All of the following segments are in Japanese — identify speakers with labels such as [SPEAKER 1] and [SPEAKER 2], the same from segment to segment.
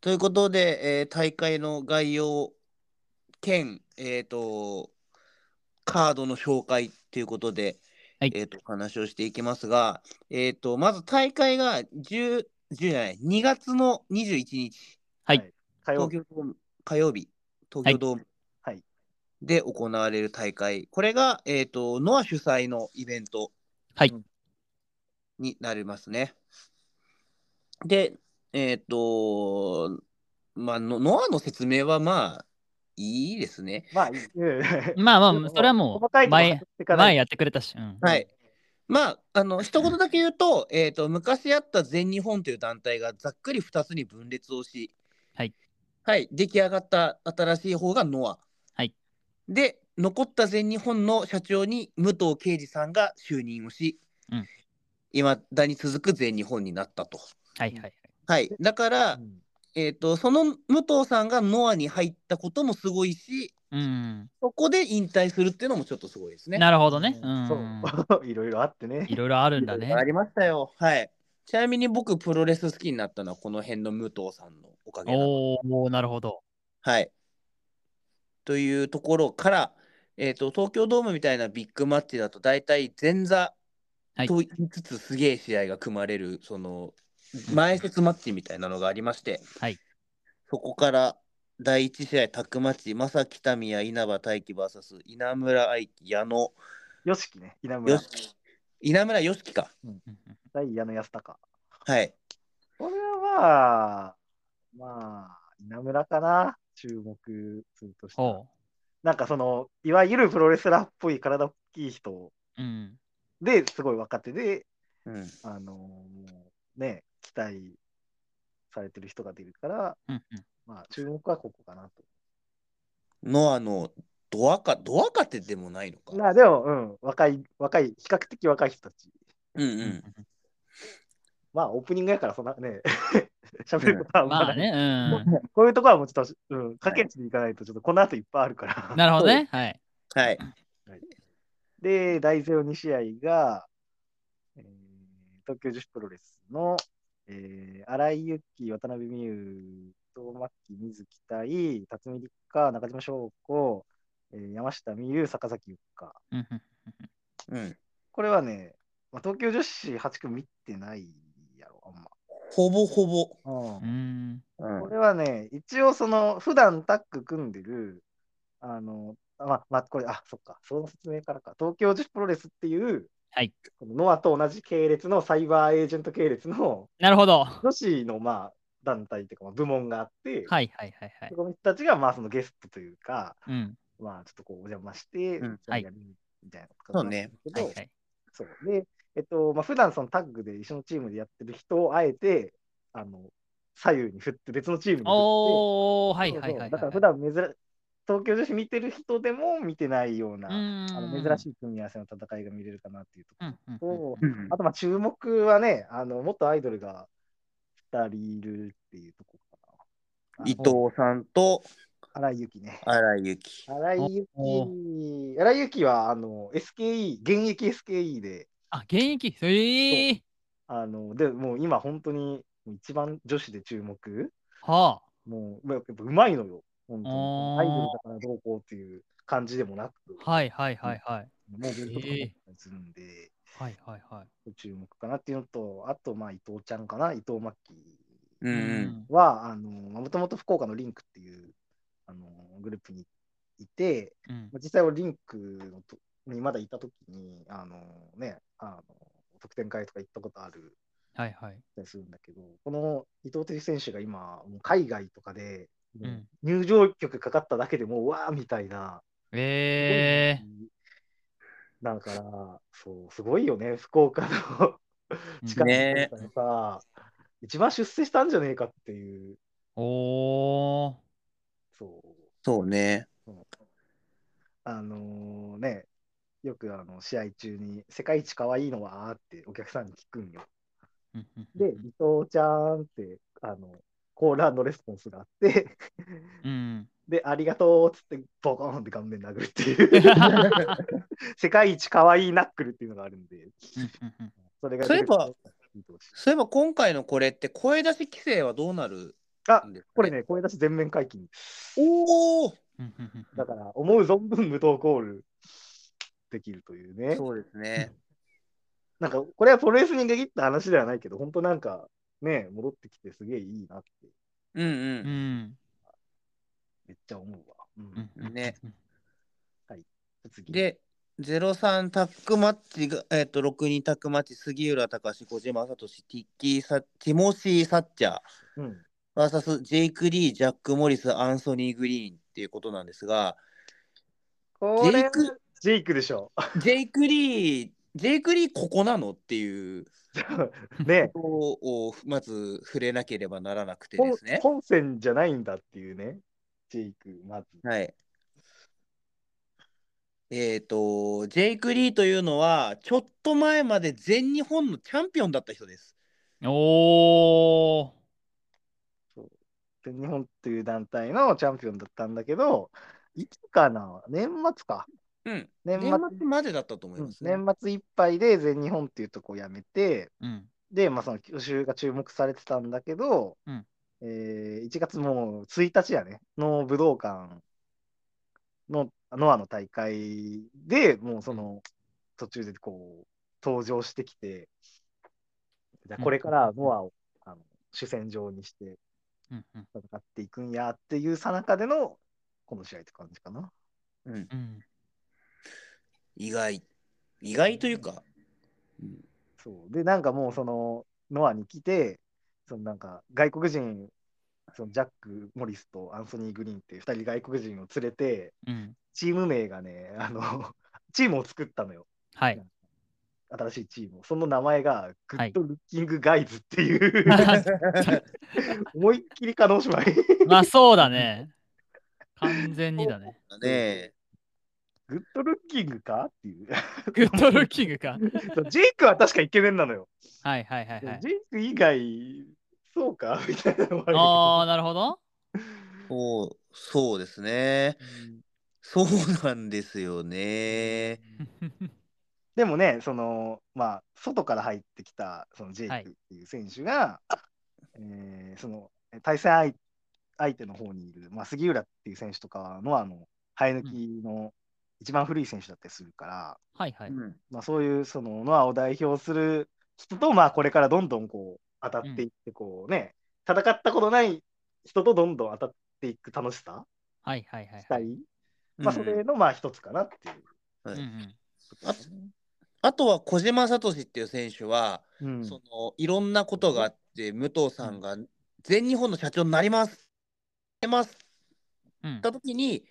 [SPEAKER 1] ということで、えー大会の概要兼、えー、とカードの紹介っていうことで、
[SPEAKER 2] はい
[SPEAKER 1] えー、とお話をしていきますが、えー、とまず大会が 10, 10じゃない2月の21日
[SPEAKER 3] 火曜
[SPEAKER 1] 東
[SPEAKER 3] 日
[SPEAKER 1] 京ドーム火曜日東京ドーム、
[SPEAKER 3] はい
[SPEAKER 1] で行われる大会これが、えー、とノア主催のイベント
[SPEAKER 2] はい
[SPEAKER 1] になりますね。で、えっ、と、まあの、ノアの説明はまあ、いいですね。
[SPEAKER 3] まあ、いい
[SPEAKER 2] まあまあ、それは
[SPEAKER 3] 細
[SPEAKER 2] も
[SPEAKER 3] か
[SPEAKER 2] う
[SPEAKER 3] いとこ
[SPEAKER 2] 前
[SPEAKER 3] 外、していかな
[SPEAKER 2] 前
[SPEAKER 3] い
[SPEAKER 2] やってくれたし。うん
[SPEAKER 1] はい。まあ、あの、一言だけ言うと、えっと、昔あった全日本という団体がざっくり2つに分裂をし、
[SPEAKER 2] はい。
[SPEAKER 1] はい、出来上がった新しい方がノア。
[SPEAKER 2] はい。
[SPEAKER 1] で、残った全日本の社長に武藤敬司さんが就任をし、
[SPEAKER 2] うん
[SPEAKER 1] いまだに続く全日本になったと。
[SPEAKER 2] はいはいはい。
[SPEAKER 1] はい。だから、
[SPEAKER 3] うん
[SPEAKER 1] えー、とその武藤さんがノアに入ったこともすごいし
[SPEAKER 2] うん。
[SPEAKER 1] そこで引退するっていうのもちょっとすごいですね。
[SPEAKER 2] なるほどね。うん。
[SPEAKER 3] そう。いろいろあってね。
[SPEAKER 2] いろいろあるんだ
[SPEAKER 1] あ
[SPEAKER 2] ね。
[SPEAKER 1] りましたよ。はい。ちなみに僕プロレス好きになったのはこの辺の武藤さんのおかげなの
[SPEAKER 2] おおなるほど。
[SPEAKER 1] はい。というところから、えー、と東京ドームみたいなビッグマッチだと大体前座
[SPEAKER 2] はい
[SPEAKER 1] と言いつつすげえ試合が組まれるその前節マッチみたいなのがありまして、
[SPEAKER 2] はい
[SPEAKER 1] そこから第1試合タッグマッチ正木民也稲葉大輝 VS 稲村愛希矢野
[SPEAKER 3] よしきね、稲村
[SPEAKER 1] よ。し稲村よしきか
[SPEAKER 2] うんうん
[SPEAKER 3] 対矢野安高。
[SPEAKER 1] はい
[SPEAKER 3] これはまあ、まあ、稲村かな、注目するとしたら。
[SPEAKER 2] ほ
[SPEAKER 3] なんかその、いわゆるプロレスラーっぽい体大きい人
[SPEAKER 2] う。うん。
[SPEAKER 3] で、すごい若手で、
[SPEAKER 1] うん
[SPEAKER 3] あのーもうね、期待されてる人が出るから、
[SPEAKER 2] うんうん
[SPEAKER 3] まあ、注目はここかな
[SPEAKER 1] ノアのドアカドアカってでもないのか
[SPEAKER 3] と。まあ、でも、うん、若い、若い、比較的若い人たち。
[SPEAKER 1] うん
[SPEAKER 2] う
[SPEAKER 1] うんん
[SPEAKER 3] まあ、オープニングやから、そんな ね、喋ることは
[SPEAKER 2] うん
[SPEAKER 3] んま
[SPEAKER 2] まあ
[SPEAKER 3] だ
[SPEAKER 2] ね、う
[SPEAKER 3] こういうところはもうちょっと、うん、駆け口でいかないと、ちょっとこの後いっぱいあるから。
[SPEAKER 2] ん。なるほどね。はい。
[SPEAKER 1] はい
[SPEAKER 3] で、第02試合が、えー東京女子プロレスの、えー、新井由紀、渡辺美優、東牧水木対辰巳立花、中島翔子、えー山下美優、坂崎由香。
[SPEAKER 2] うんう
[SPEAKER 1] う
[SPEAKER 2] ん
[SPEAKER 1] ん
[SPEAKER 3] これはね、まあ、東京女子8区見てないやろ、あんま。
[SPEAKER 1] ほぼほぼ
[SPEAKER 3] うん
[SPEAKER 2] うん。
[SPEAKER 1] うん
[SPEAKER 3] これはね、一応その、普段タッグ組んでる、あの、あまあ、まあ、これ、あ、そっか、その説明からか。東京女子プロレスっていう、
[SPEAKER 2] はい
[SPEAKER 3] このノアと同じ系列のサイバーエージェント系列の
[SPEAKER 2] なるほど。は
[SPEAKER 3] 女子の、まあ、団体というか、まあ、部門があって、
[SPEAKER 2] いはいはいはい
[SPEAKER 3] そ。この人たちが、まあ、そのゲストというか、
[SPEAKER 2] うん。
[SPEAKER 3] まあ、ちょっとこう、お邪魔して、
[SPEAKER 1] うん
[SPEAKER 3] 一緒にやるみたいなことなんですけ
[SPEAKER 2] は
[SPEAKER 3] ど、
[SPEAKER 2] いはい。
[SPEAKER 3] そう。で、えっと、まあ、普段そのタッグで一緒のチームでやってる人をあえて、あの、左右に振って、別のチームに振って、
[SPEAKER 2] おおはいはいはい
[SPEAKER 3] そ
[SPEAKER 2] は
[SPEAKER 3] うそう
[SPEAKER 2] い。
[SPEAKER 3] だから普段珍東京女子見てる人でも見てないような、あの珍
[SPEAKER 2] い。
[SPEAKER 3] しい組み合わせの戦いが見れるかなっていうとこ
[SPEAKER 2] う
[SPEAKER 3] ろ
[SPEAKER 2] んうん
[SPEAKER 3] と、
[SPEAKER 2] うんうん
[SPEAKER 3] あとまあ注目はね、あの元アイドルが2人いるっていうところかな。
[SPEAKER 1] 伊藤さんと
[SPEAKER 3] あの。荒井由紀ね。
[SPEAKER 1] 荒井由紀。
[SPEAKER 3] 荒井
[SPEAKER 2] お
[SPEAKER 3] 由紀、荒井由紀はあの SKE、現役 SKE で、
[SPEAKER 2] あ、現役ええ
[SPEAKER 3] あのでもう今本当に一番女子で注目、
[SPEAKER 2] は
[SPEAKER 3] もうやっぱうまいのよ、本当に
[SPEAKER 2] お。ー
[SPEAKER 3] アイドルだからどうこうっていう感じでもなく。
[SPEAKER 2] あ。はいはいはいはい。
[SPEAKER 3] もうベルトとか
[SPEAKER 2] ええ
[SPEAKER 3] 持ったりするんで、
[SPEAKER 2] はいはいは
[SPEAKER 3] 注目かなっていうのと、あと、まあ、伊藤ちゃんかな、伊藤真希
[SPEAKER 1] う
[SPEAKER 2] い。
[SPEAKER 1] ん
[SPEAKER 2] う
[SPEAKER 1] うん。
[SPEAKER 2] ん
[SPEAKER 3] は、あの、もともと福岡のリンクっていう、あの、グループにいて、
[SPEAKER 2] うん
[SPEAKER 3] まあ実際はリンクのとにまだいたときに、あのね、あの、得点会とか行ったことある
[SPEAKER 2] はいはい。
[SPEAKER 3] りするんだけど、この伊藤哲選手が今、もう海外とかで、もう
[SPEAKER 2] うん
[SPEAKER 3] 入場曲かかっただけでもう、うわーみたいな、
[SPEAKER 2] ええ。
[SPEAKER 3] だから、そう、すごいよね、福岡の 近く
[SPEAKER 1] ね
[SPEAKER 3] のさ、一番出世したんじゃねえかっていう、
[SPEAKER 2] おー。
[SPEAKER 3] そう、
[SPEAKER 1] そうね。
[SPEAKER 3] あのね、よくあの試合中に、世界一可愛いのはってお客さんに聞くんよ。
[SPEAKER 2] うんうん
[SPEAKER 3] で、伊藤ちゃんって、あの、コールレスポンスがあって、
[SPEAKER 2] うん。
[SPEAKER 3] で、ありがとうっつって、ボコーンって顔面殴るっていう、 世界一可愛いナックルっていうのがあるんで、それが
[SPEAKER 1] そういえば
[SPEAKER 3] 出てくるといいと思うし
[SPEAKER 1] そういえば今回のこれって声出し規制はどうなる
[SPEAKER 3] あ
[SPEAKER 1] なんですか
[SPEAKER 3] これ。ね、声出し全面解禁。
[SPEAKER 1] おお
[SPEAKER 2] うんうんうん
[SPEAKER 3] だから、思う存分無糖コールできるというね。
[SPEAKER 1] そうですね。
[SPEAKER 3] なんか、これはプロレスに限った話ではないけど、本当なんか、ね、戻ってきてすげえいいなって、
[SPEAKER 1] うん
[SPEAKER 2] う
[SPEAKER 1] うん。
[SPEAKER 2] ん
[SPEAKER 3] めっちゃ思うわ。うん
[SPEAKER 2] うんうん
[SPEAKER 1] ね
[SPEAKER 3] 次
[SPEAKER 1] で、03タックマッチが、えっと6人タックマッチ、杉浦隆、小島聡、ティッキーサ、ティモシー・サッチャー、
[SPEAKER 3] うん、
[SPEAKER 1] VS ジェイク・リー、ジャック・モリス、アンソニー・グリーンっていうことなんですが、
[SPEAKER 3] こ
[SPEAKER 1] ジェ
[SPEAKER 3] れ
[SPEAKER 1] イク
[SPEAKER 3] ジェイクでし ょ。
[SPEAKER 1] ジェイク・リー、ジェイク・リー、ここなのっていう
[SPEAKER 3] ね
[SPEAKER 1] ことをまず触れなければならなくて
[SPEAKER 3] 本
[SPEAKER 1] ですね。
[SPEAKER 3] 本線じゃないんだっていうね、ジェイク、まず。
[SPEAKER 1] はい。えっ、と、ジェイク・リーというのは、ちょっと前まで全日本のチャンピオンだった人です。
[SPEAKER 2] おー
[SPEAKER 3] 全日本という団体のチャンピオンだったんだけど、いつかな年末か。
[SPEAKER 1] うん。
[SPEAKER 3] 年末
[SPEAKER 1] 年末までだったと思いますね。
[SPEAKER 3] うん年末いっぱいで全日本っていうとこをやめて、
[SPEAKER 2] うん
[SPEAKER 3] で、まあ、その去就が注目されてたんだけど、
[SPEAKER 2] うん
[SPEAKER 3] えー1月もう1日やね、の武道館のノアの大会でもうその途中でこう登場してきて、じゃあこれからノアをあの主戦場にして
[SPEAKER 2] うんうん
[SPEAKER 3] 戦っていくんやっていうさなかでのこの試合って感じかな。
[SPEAKER 1] うん。
[SPEAKER 2] うん
[SPEAKER 1] 意外。意外というか。
[SPEAKER 3] そう。で、なんかもうその、ノアに来て、そのなんか外国人、そのジャック・モリスとアンソニー・グリーンっていう2人外国人を連れて、
[SPEAKER 2] うん
[SPEAKER 3] チーム名がね、あの、 チームを作ったのよ。
[SPEAKER 2] はい
[SPEAKER 3] 新しいチームを。その名前が、グ
[SPEAKER 2] は
[SPEAKER 3] ッ
[SPEAKER 2] い
[SPEAKER 3] ド・ルッキング・ガイズってい う、思いっきり叶姉妹。
[SPEAKER 2] まあそうだね完全にだね
[SPEAKER 1] ねえ。
[SPEAKER 3] グッド・ルッキングかっていう。
[SPEAKER 2] グッドルッキングか
[SPEAKER 3] そうジェイクは確かイケメンなのよ。
[SPEAKER 2] はいはいはいはい
[SPEAKER 3] ジェイク以外、そうかみたいなのもあるけど
[SPEAKER 2] ああなるほど
[SPEAKER 1] そう、そうですね。そうなんですよね。
[SPEAKER 3] でもね、そのまあ、外から入ってきたそのジェイクっていう選手が、えーその対戦相相手の方にいる、まあ、杉浦っていう選手とかのあの生え抜きの一番古い選手だったりするから、
[SPEAKER 2] はいは
[SPEAKER 1] う
[SPEAKER 2] い
[SPEAKER 1] ん。
[SPEAKER 3] まあ、そういうそのノアを代表する人と、まあ、これからどんどんこう当たっていってこう、ね、戦ったことない人とどんどん当たっていく楽しさ、
[SPEAKER 2] はいはいはい
[SPEAKER 3] 期
[SPEAKER 2] はい
[SPEAKER 3] 待、まあ、それのまあ一つかなっていう
[SPEAKER 1] うん
[SPEAKER 2] うんうん
[SPEAKER 3] ことですね、
[SPEAKER 1] あとは小島聡っていう選手は、
[SPEAKER 3] うん
[SPEAKER 1] そのいろんなことがあって武藤さんが全日本の社長になります。なりますって
[SPEAKER 2] うん
[SPEAKER 1] 言った時に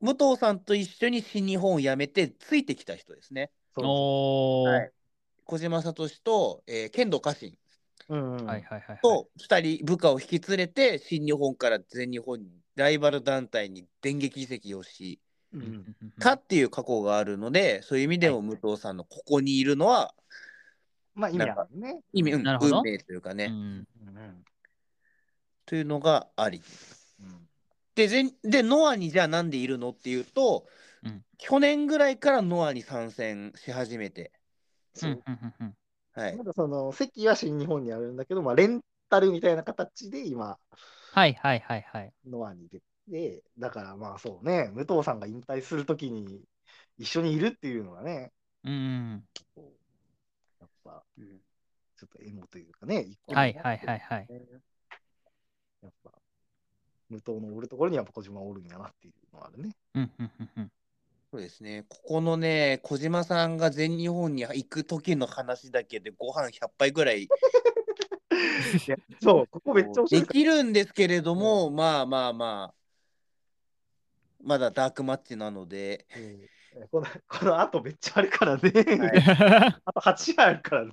[SPEAKER 1] 武藤さんと一緒に新日本を辞めてついてきた人ですね。
[SPEAKER 3] そう
[SPEAKER 2] おー
[SPEAKER 1] はい小島聡と、えー剣道家臣
[SPEAKER 3] うんうん
[SPEAKER 2] はいはいはいはい
[SPEAKER 1] と2人部下を引き連れて新日本から全日本にライバル団体に電撃移籍をし
[SPEAKER 3] う
[SPEAKER 2] うんうん
[SPEAKER 3] ん
[SPEAKER 2] うんうん
[SPEAKER 1] たっていう過去があるのでそういう意味でも武藤さんのここにいるのは
[SPEAKER 3] まあ意味あるね。
[SPEAKER 1] 意味、うん
[SPEAKER 2] なるほど
[SPEAKER 1] 運命というかね、
[SPEAKER 2] うん
[SPEAKER 3] うんうん
[SPEAKER 1] というのがあり。
[SPEAKER 3] うん
[SPEAKER 1] で全でノアにじゃあなんでいるのっていうと、
[SPEAKER 2] うん
[SPEAKER 1] 去年ぐらいからノアに参戦し始めて、
[SPEAKER 2] うん
[SPEAKER 3] そううん
[SPEAKER 2] うんうん
[SPEAKER 1] はい
[SPEAKER 3] まだその席は新日本にあるんだけど、まあ、レンタルみたいな形で今、
[SPEAKER 2] はいはいはいはい
[SPEAKER 3] ノアに出て、だからまあそうね、武藤さんが引退するときに一緒にいるっていうのがね、
[SPEAKER 2] うん
[SPEAKER 3] こうやっぱ
[SPEAKER 1] うん
[SPEAKER 3] ちょっとエモというかね、一
[SPEAKER 2] う
[SPEAKER 3] 個
[SPEAKER 2] ん
[SPEAKER 3] の
[SPEAKER 2] はいはいはいはい
[SPEAKER 3] やっぱ武藤のおるところにやっぱ小島おるんやなっていうのはあるね。
[SPEAKER 2] うんうんうんうん
[SPEAKER 1] そうですねここのね小島さんが全日本に行く時の話だけでご飯100杯ぐらい
[SPEAKER 3] いやそう、ここめっちゃ面白い
[SPEAKER 1] で
[SPEAKER 3] か
[SPEAKER 1] きるんですけれども、まあまあまあまだダークマッチなので
[SPEAKER 3] ら、うんこの この後めっちゃあるからね。
[SPEAKER 1] はい
[SPEAKER 3] あと8試合あるからね。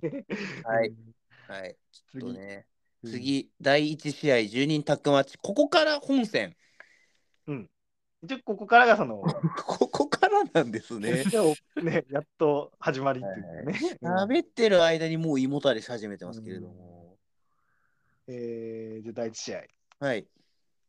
[SPEAKER 1] はい
[SPEAKER 3] うん。
[SPEAKER 1] はいちょっ
[SPEAKER 3] 次
[SPEAKER 1] と。ね次、第1試合10人タッグマッチここから本 戦
[SPEAKER 3] うん。じゃここからがその、
[SPEAKER 1] ここからなんですね
[SPEAKER 3] でも ね、やっと始まりっていうね。うん
[SPEAKER 1] 喋ってる間にもう胃もたれし始めてますけれども。
[SPEAKER 3] えー、じゃあ第1試合。
[SPEAKER 1] はい。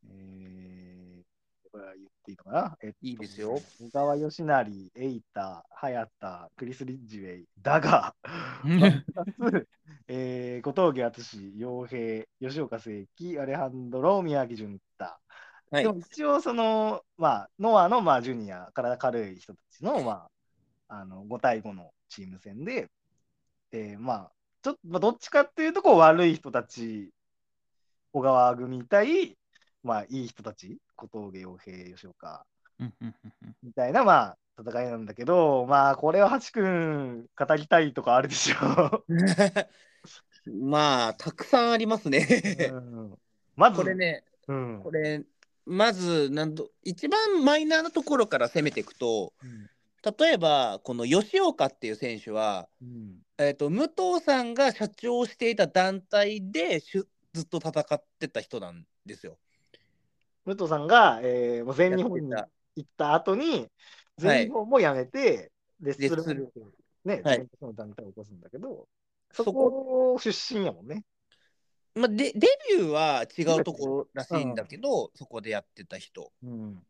[SPEAKER 3] えー、これは言っていいのかな、えっと
[SPEAKER 1] いいですよ。
[SPEAKER 3] 小川義成、エイタ、ハヤタ、クリス・リッジウェイ、ダガー、 えー、小峠敦、洋平、吉岡聖輝、アレハンドロ、宮城潤太。
[SPEAKER 1] はい
[SPEAKER 3] でも一応その、まあ、ノアの、まあ、ジュニア、体軽い人たちの、まあ、あの5対5のチーム戦で、えーまあ、ちょっと、まあ、どっちかっていうとこう、悪い人たち、小川組対、まあ、いい人たち、小峠洋平、吉岡
[SPEAKER 2] うんうんうんうん
[SPEAKER 3] みたいな、まあ、戦いなんだけど、まあ、これは橋君、語りたいとかあるでしょ。
[SPEAKER 1] まあ、たくさんありますね。
[SPEAKER 3] うんまず、
[SPEAKER 1] これね、
[SPEAKER 3] うん、
[SPEAKER 1] これ、まず、なんと、一番マイナーなところから攻めていくと、例えば、この吉岡っていう選手は、
[SPEAKER 3] うん
[SPEAKER 1] えっと、武藤さんが社長をしていた団体でしゅずっと戦ってた人なんですよ。
[SPEAKER 3] 武藤さんが、えーもう全日本に
[SPEAKER 1] やって
[SPEAKER 3] 行った後に、
[SPEAKER 1] はい
[SPEAKER 3] 全日本も辞めて、レッスル
[SPEAKER 1] レッス
[SPEAKER 3] も
[SPEAKER 1] ル
[SPEAKER 3] ね、
[SPEAKER 1] はい
[SPEAKER 3] 自分たちの団体を起こすんだけど、
[SPEAKER 1] そ
[SPEAKER 3] そこ出身やもんね。
[SPEAKER 1] たまあ、でデビューは違うところらしいんだけど、そこでやってた人。
[SPEAKER 3] うん、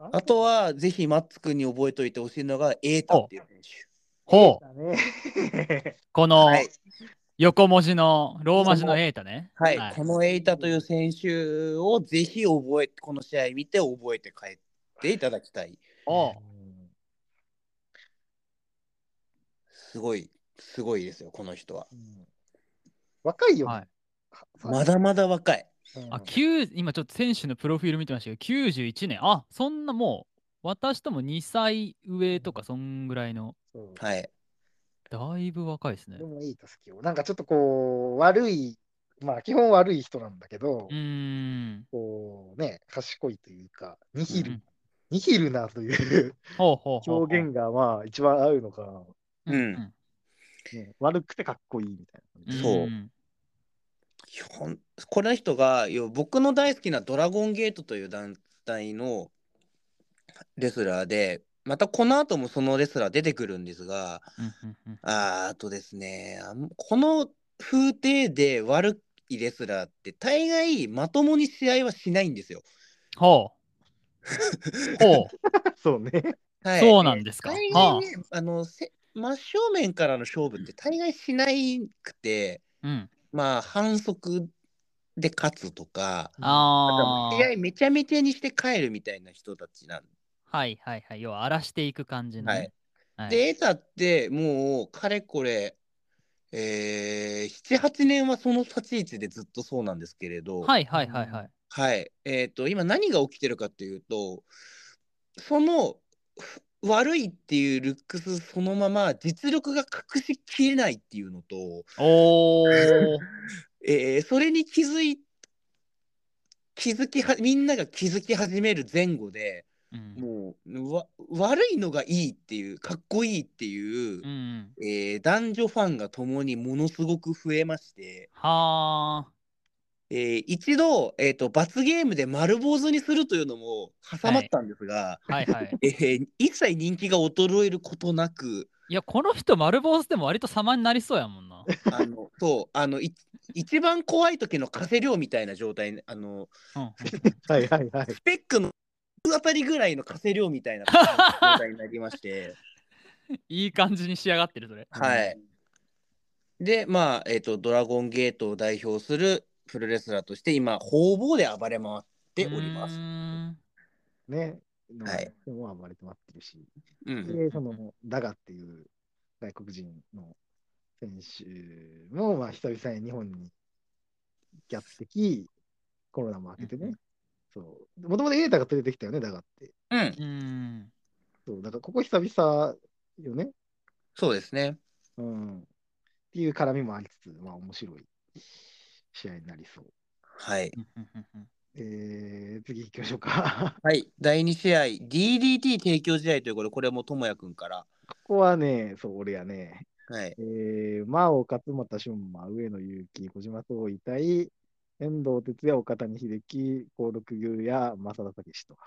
[SPEAKER 3] あ
[SPEAKER 1] あと、は、ぜひマッツ君に覚えておいてほしいのが、エータっていう選手。
[SPEAKER 2] ほう、
[SPEAKER 3] だ ね、
[SPEAKER 2] この
[SPEAKER 1] はい
[SPEAKER 2] 横文字のローマ字のエータね。
[SPEAKER 1] はい、このエイタという選手をぜひ覚えこの試合見て覚えて帰っていただきたい。
[SPEAKER 2] おう
[SPEAKER 3] うん
[SPEAKER 1] すごい、すごいですよ、この人は。
[SPEAKER 3] うん若いよね。
[SPEAKER 2] はい
[SPEAKER 1] まだまだ若い。
[SPEAKER 3] うん
[SPEAKER 2] あ9今ちょっと選手のプロフィール見てましたけど91年あそんなもう私とも2歳上とかそんぐらいの
[SPEAKER 3] そう
[SPEAKER 1] はい。
[SPEAKER 2] だいぶ若いですね
[SPEAKER 3] でもいいたすきを。なんかちょっとこう、悪い、まあ基本悪い人なんだけど、
[SPEAKER 2] うーん
[SPEAKER 3] こうね、賢いというか、ニヒル、
[SPEAKER 2] うん
[SPEAKER 3] ニヒルなという
[SPEAKER 2] ほうほうほう ほう
[SPEAKER 3] 表現がまあ一番合うのかな、
[SPEAKER 1] うん
[SPEAKER 3] ね悪くてかっこいいみたいな。
[SPEAKER 1] そう
[SPEAKER 2] うん
[SPEAKER 1] ほんこの人がよ僕の大好きなドラゴンゲートという団体のレスラーで、またこの後もそのレスラー出てくるんですが、
[SPEAKER 2] うんうんうん
[SPEAKER 1] あーあとですね、あんこの風景で悪いレスラーって大概まともに試合はしないんですよ。
[SPEAKER 2] ほう ほう
[SPEAKER 3] そうね。
[SPEAKER 1] はい、
[SPEAKER 2] そうなんですか
[SPEAKER 1] 大
[SPEAKER 2] は
[SPEAKER 1] 概
[SPEAKER 2] あ
[SPEAKER 1] ね、あのせ真正面からの勝負って大概しないくて、
[SPEAKER 2] うん
[SPEAKER 1] まあ反則で勝つとか、
[SPEAKER 2] あ
[SPEAKER 1] 試
[SPEAKER 2] ー
[SPEAKER 1] 合めちゃめちゃにして帰るみたいな人たちなんで、
[SPEAKER 2] はいはいはい要は荒らしていく感じのねはい
[SPEAKER 1] で、エータってもうかれこれ、えー、78年はその立ち位置でずっとそうなんですけれど、
[SPEAKER 2] はいはいはいはい
[SPEAKER 1] はいえー、と今何が起きてるかっていうとそのふ悪いっていうルックスそのまま実力が隠しきれないっていうのと、
[SPEAKER 2] おー
[SPEAKER 1] えーそれに気づい気づきはみんなが気づき始める前後で
[SPEAKER 2] うん
[SPEAKER 1] もうわ悪いのがいいっていうかっこいいっていう、
[SPEAKER 2] うんうん
[SPEAKER 1] えー男女ファンが共にものすごく増えまして、
[SPEAKER 2] はあ
[SPEAKER 1] えー一度、えー、と罰ゲームで丸坊主にするというのも挟まったんですが。
[SPEAKER 2] はいはい
[SPEAKER 1] えー一切人気が衰えることなく、
[SPEAKER 2] いやこの人丸坊主でも割と様になりそうやもんな
[SPEAKER 1] あのそうあのい一番怖い時の加瀬亮みたいな状態、あの
[SPEAKER 2] うんうん
[SPEAKER 3] はいはいはい。
[SPEAKER 1] スペックのあたりぐらいの加瀬亮みたいな 状態になりまして、
[SPEAKER 2] いい感じに仕上がってるそれ。
[SPEAKER 1] はい。で、まあ、えっ、と、ドラゴンゲートを代表するプロレスラーとして、今、方々で暴れ回っておりま
[SPEAKER 2] う
[SPEAKER 1] す。
[SPEAKER 2] ーん
[SPEAKER 3] ね。
[SPEAKER 1] はい。
[SPEAKER 3] もう暴れて待ってるし。
[SPEAKER 1] うん、
[SPEAKER 3] で、その、ダガっていう外国人の選手も、まあ、久々に日本にやってき、コロナも明けて
[SPEAKER 2] うんう
[SPEAKER 3] ね。そう。もともとエータが連れてきたよね、ダガって。
[SPEAKER 1] うん
[SPEAKER 2] う、ーん。
[SPEAKER 3] そう。だから、ここ久々よね。
[SPEAKER 1] そうですね。
[SPEAKER 3] うん。っていう絡みもありつつ、まあ、面白い試合になりそう。
[SPEAKER 1] はい。
[SPEAKER 3] えー、次行きましょうか。
[SPEAKER 1] はい、第2試合、DDT 提供試合ということで、これもともやくんから。
[SPEAKER 3] ここはね、そう、俺やね。
[SPEAKER 1] はい。
[SPEAKER 3] えー、真央、勝俣、俊馬、上野勇気、小島総遺体、遠藤哲也、岡谷秀樹、幸六牛や正田武史と。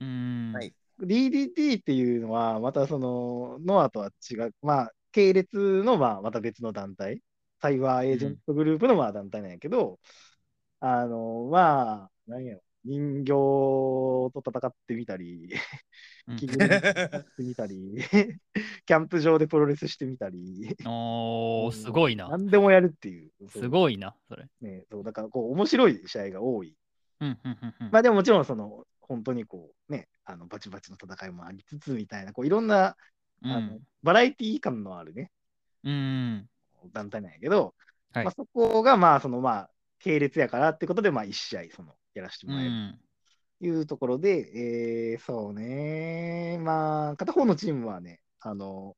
[SPEAKER 2] うーん。
[SPEAKER 1] はい
[SPEAKER 3] DDT っていうのは、またその、ノアとは違う、まあ、系列の、まあ、また別の団体、サイバーエージェントグループの、まあ、団体なんやけど、あの、まあ、なんやろ、人形と戦ってみたり、
[SPEAKER 2] うん
[SPEAKER 3] 着ぐるみと戦ってみたり、 キャンプ場でプロレスしてみたり、
[SPEAKER 2] おー、すごいな。
[SPEAKER 3] 何でもやるっていう。
[SPEAKER 2] す
[SPEAKER 3] い。
[SPEAKER 2] ごいな、それ。
[SPEAKER 3] ね、そうだからこう面白い試合が多い。
[SPEAKER 2] うん、うん、うんうん。
[SPEAKER 3] まあでももちろんその本当にこうね、あのバチバチの戦いもありつつみたいな、こういろんな、
[SPEAKER 2] うん、
[SPEAKER 3] あのバラエティー感のあるね、
[SPEAKER 2] うん。
[SPEAKER 3] 団体なんやけど、
[SPEAKER 2] はい
[SPEAKER 3] まあ、そこがまあそのまあ系列やからってことでまあ1試合そのやらせて
[SPEAKER 2] う
[SPEAKER 3] もらえる
[SPEAKER 2] ん。
[SPEAKER 3] というところで、えーそうね、まあ片方のチームはね、あの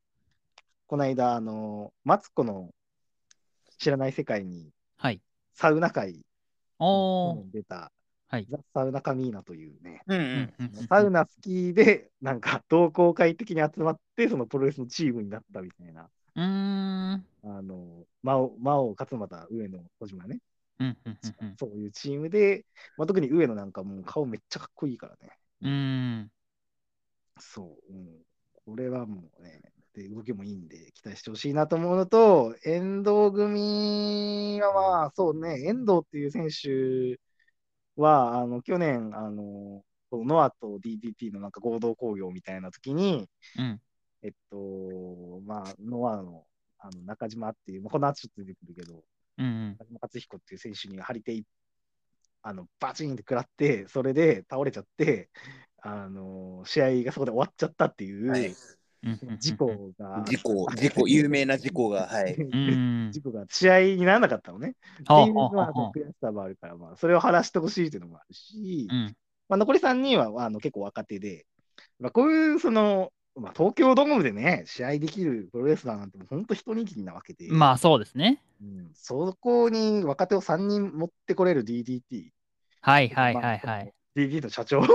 [SPEAKER 3] この間、あのマツコの知らない世界に
[SPEAKER 2] はい。
[SPEAKER 3] サウナ界
[SPEAKER 2] おー、
[SPEAKER 3] に出た
[SPEAKER 2] はい。
[SPEAKER 3] ザ・サウナカミーナというね、
[SPEAKER 1] うんう
[SPEAKER 2] うんん。うんうん
[SPEAKER 3] サウナ好きで、なんか同好会的に集まって、そのプロレスのチームになったみたいな、
[SPEAKER 2] うーん。
[SPEAKER 3] あの、魔王、魔王勝俣、上野、小島ね、
[SPEAKER 2] うんうんうん
[SPEAKER 3] そういうチームで、まあ、特に上野なんかもう顔めっちゃかっこいいからね。
[SPEAKER 2] うん。うん。
[SPEAKER 3] そう、うん。これはもうね、で動きもいいんで、期待してほしいなと思うのと、遠藤組はまあ、そうね、遠藤っていう選手は、あの、去年、あの、このノアと DDT のなんか合同工業みたいな時に、
[SPEAKER 2] うん。
[SPEAKER 3] えっと、まあ、ノアのあの中島っていう、まあ、この後ちょっと出てくるけど、
[SPEAKER 2] うん。
[SPEAKER 3] 中島克彦っていう選手に張り手いあのバチンって食らって、それで倒れちゃって、あの試合がそこで終わっちゃったっていう、
[SPEAKER 1] はい
[SPEAKER 2] うん
[SPEAKER 3] 事。故が、
[SPEAKER 1] 事故、事故、有名な事故が、はい。
[SPEAKER 2] うん。
[SPEAKER 3] 事故が試合にならなかったのね。
[SPEAKER 2] はあ
[SPEAKER 3] っていうの
[SPEAKER 2] は
[SPEAKER 3] は
[SPEAKER 2] あはあ
[SPEAKER 3] 悔しさもあるから、まあ、それを晴らしてほしいっていうのもあるし、
[SPEAKER 2] うん。
[SPEAKER 3] まあ、残り3人はあの結構若手で、まあ、こういうその、まあ、東京ドームでね、試合できるプロレスラーなんて、本当一握りなわけで、
[SPEAKER 2] まあそうですね。
[SPEAKER 3] うん、そこに若手を3人持ってこれる DDT、
[SPEAKER 2] はいはいはいはい。
[SPEAKER 3] DDT の社長を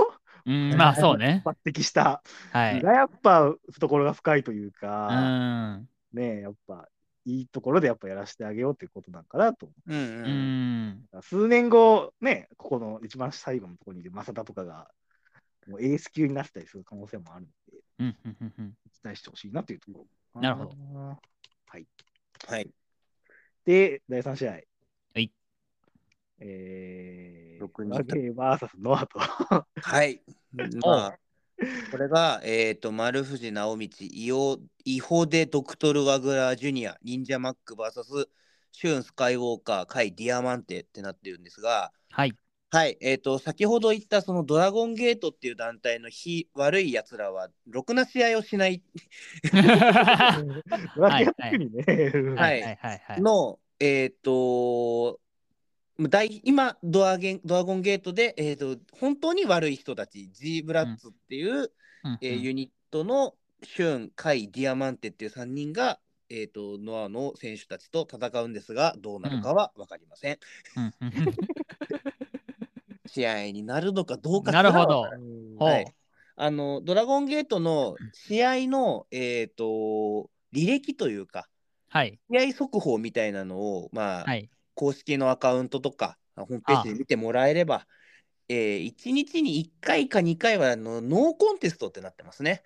[SPEAKER 2] うん、まあそうね。
[SPEAKER 3] 抜擢した、
[SPEAKER 2] はい。
[SPEAKER 3] がやっぱ懐が深いという
[SPEAKER 2] う
[SPEAKER 3] か、
[SPEAKER 2] ん。
[SPEAKER 3] ねえやっぱいいところでやっぱやらせてあげようっていうことなんかなと思う
[SPEAKER 1] うん
[SPEAKER 2] う
[SPEAKER 1] うん。
[SPEAKER 2] ん。
[SPEAKER 3] 数年後、ね、ここの一番最後のところにいる正田とかが、もうエース級になったりする可能性もあるので、
[SPEAKER 2] うんうんうんうん
[SPEAKER 3] 期待してほしいなというところ。
[SPEAKER 2] なるほど。
[SPEAKER 3] ど。はい。
[SPEAKER 1] はい。
[SPEAKER 3] で、第3試合。はいえー、
[SPEAKER 1] 六人
[SPEAKER 3] バゲー VS ノアと。
[SPEAKER 1] はい。まあ、これが、えっ、と、丸藤直道、伊尾、伊保でドクトル・ワグラー・ジュニア、忍者マック VS、シュン・スカイウォーカー、カイ・ディアマンテってなってるんですが、
[SPEAKER 2] はい。
[SPEAKER 1] はい、えっ、と、先ほど言った、そのドラゴンゲートっていう団体の非悪いやつらは、ろくな試合をしない
[SPEAKER 3] バゲー特にね。
[SPEAKER 2] は
[SPEAKER 1] はいい
[SPEAKER 2] はいはいはい。
[SPEAKER 1] の、えっ、と大今ドアゲンドラゴンゲートで、えー、と本当に悪い人たち G ブラッツっていう、
[SPEAKER 2] うん
[SPEAKER 1] えーユニットのシュン、カイ、ディアマンテっていう3人が、えー、とノアの選手たちと戦うんですがどうなるかは分かりません。
[SPEAKER 2] うんうん
[SPEAKER 1] 試合になるのかどう
[SPEAKER 2] う
[SPEAKER 1] か
[SPEAKER 2] ん
[SPEAKER 1] すら
[SPEAKER 2] なるほ
[SPEAKER 1] わ
[SPEAKER 2] ど
[SPEAKER 1] から。
[SPEAKER 3] うん
[SPEAKER 2] ほう
[SPEAKER 1] はい。あのドラゴンゲートの試合の、えー、と履歴というか
[SPEAKER 2] はい
[SPEAKER 1] 試合速報みたいなのを、まあ
[SPEAKER 2] はい。
[SPEAKER 1] 公式のアカウントとか、ホームページで見てもらえれば、えー、1日に1回か2回はあのノーコンテストってなってますね。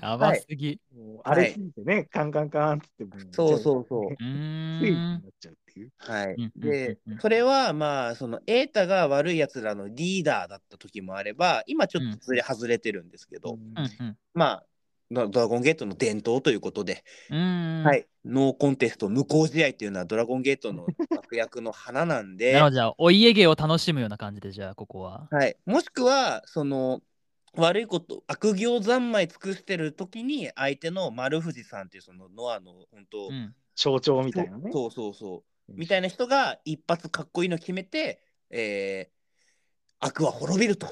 [SPEAKER 2] やばすぎ。
[SPEAKER 3] もうあれ聞いてね、カンカンカンって言っても、
[SPEAKER 1] そうそうそう
[SPEAKER 2] うー。
[SPEAKER 3] ついになんっちゃうっていう。
[SPEAKER 1] はい
[SPEAKER 2] うん、
[SPEAKER 1] で
[SPEAKER 2] うんうんうん
[SPEAKER 1] それはまあその瑛太が悪いやつらのリーダーだった時もあれば今ちょっとずれ外れてるんですけど、
[SPEAKER 2] うんうん
[SPEAKER 1] まあドドラゴンゲートの伝統ということで、
[SPEAKER 2] うーん。
[SPEAKER 1] はい、ノーコンテスト無効試合っていうのはドラゴンゲートの悪役の花なん
[SPEAKER 2] な
[SPEAKER 1] で
[SPEAKER 2] るほど、じゃあ、お家芸を楽しむような感じで、じゃあ、ここは。
[SPEAKER 1] はい、もしくはその悪いこと悪行三昧尽くしてる時に相手の丸藤さんっていうそのノアの本当、
[SPEAKER 2] うん。
[SPEAKER 3] 象徴みたいなね。
[SPEAKER 1] そうそうそうみたいな人が一発かっこいいの決めて、えー悪は滅びると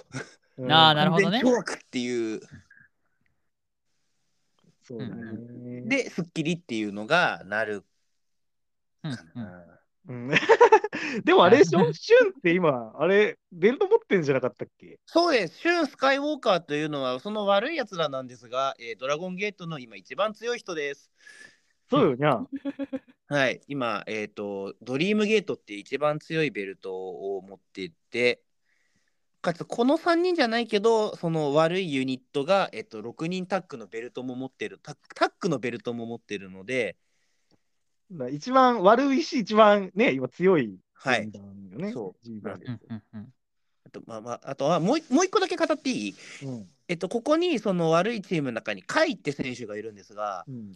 [SPEAKER 3] うん
[SPEAKER 2] あーなるほどね
[SPEAKER 1] 完全凶悪っていう
[SPEAKER 3] そうだね。、
[SPEAKER 1] でスッキリっていうのがなる
[SPEAKER 2] うん
[SPEAKER 1] か
[SPEAKER 2] うん
[SPEAKER 1] な、
[SPEAKER 3] うん、 でもあれでしょ、シュンって今、あれ、ベルト持ってんじゃなかったっけ
[SPEAKER 1] そうですシュン・スカイウォーカーというのはその悪いやつらなんですが、えードラゴンゲートの今一番強い人です
[SPEAKER 3] そうよにゃん。
[SPEAKER 1] はい、今、えっと、ドリームゲートって一番強いベルトを持っていて、かつ、この3人じゃないけど、その悪いユニットが、えっと、6人タックのベルトも持ってる、タックタックのベルトも持ってるので、
[SPEAKER 3] 一番悪いし、一番ね、今強い
[SPEAKER 1] はい。
[SPEAKER 3] ジンダーよね。
[SPEAKER 1] そう
[SPEAKER 3] ジンダーで
[SPEAKER 2] うんうんうん
[SPEAKER 1] あと、まあまあ、あとはもう一もう一個だけ語っていい
[SPEAKER 3] うん。
[SPEAKER 1] えっと、ここにその悪いチームの中に甲斐って選手がいるんですが、
[SPEAKER 3] うん。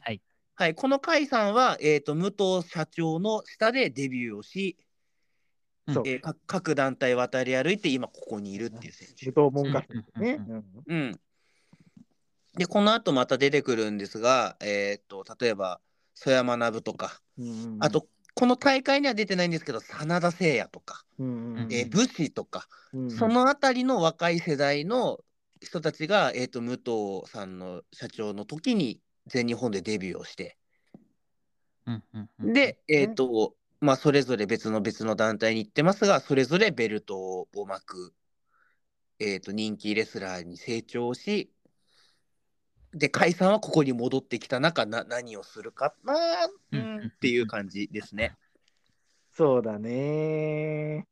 [SPEAKER 1] はい、この甲斐さんは、えっと武藤社長の下でデビューをし、
[SPEAKER 3] そう。
[SPEAKER 1] えーか各団体渡り歩いて今ここにいるっていう選手。
[SPEAKER 3] 武道門下
[SPEAKER 2] うんうんうん
[SPEAKER 3] ね。
[SPEAKER 2] うん
[SPEAKER 3] うん
[SPEAKER 1] うん、でこの後また出てくるんですが、えっと例えば曽山学とか
[SPEAKER 3] うん
[SPEAKER 1] あ、とこの大会には出てないんですけど真田誠也とか、
[SPEAKER 3] うんうん
[SPEAKER 1] えー武士とか、
[SPEAKER 3] うん
[SPEAKER 1] その辺りの若い世代の人たちが、えっと武藤さんの社長の時に全日本でデビューをして。
[SPEAKER 2] うんうんうん
[SPEAKER 1] で、えっ、と、まあ、それぞれ別の別の団体に行ってますが、それぞれベルトを巻く、えっ、と、人気レスラーに成長し、で、解散はここに戻ってきた中、な何をするかな
[SPEAKER 2] うん
[SPEAKER 1] ーうんっていう感じですね。
[SPEAKER 3] そうだね。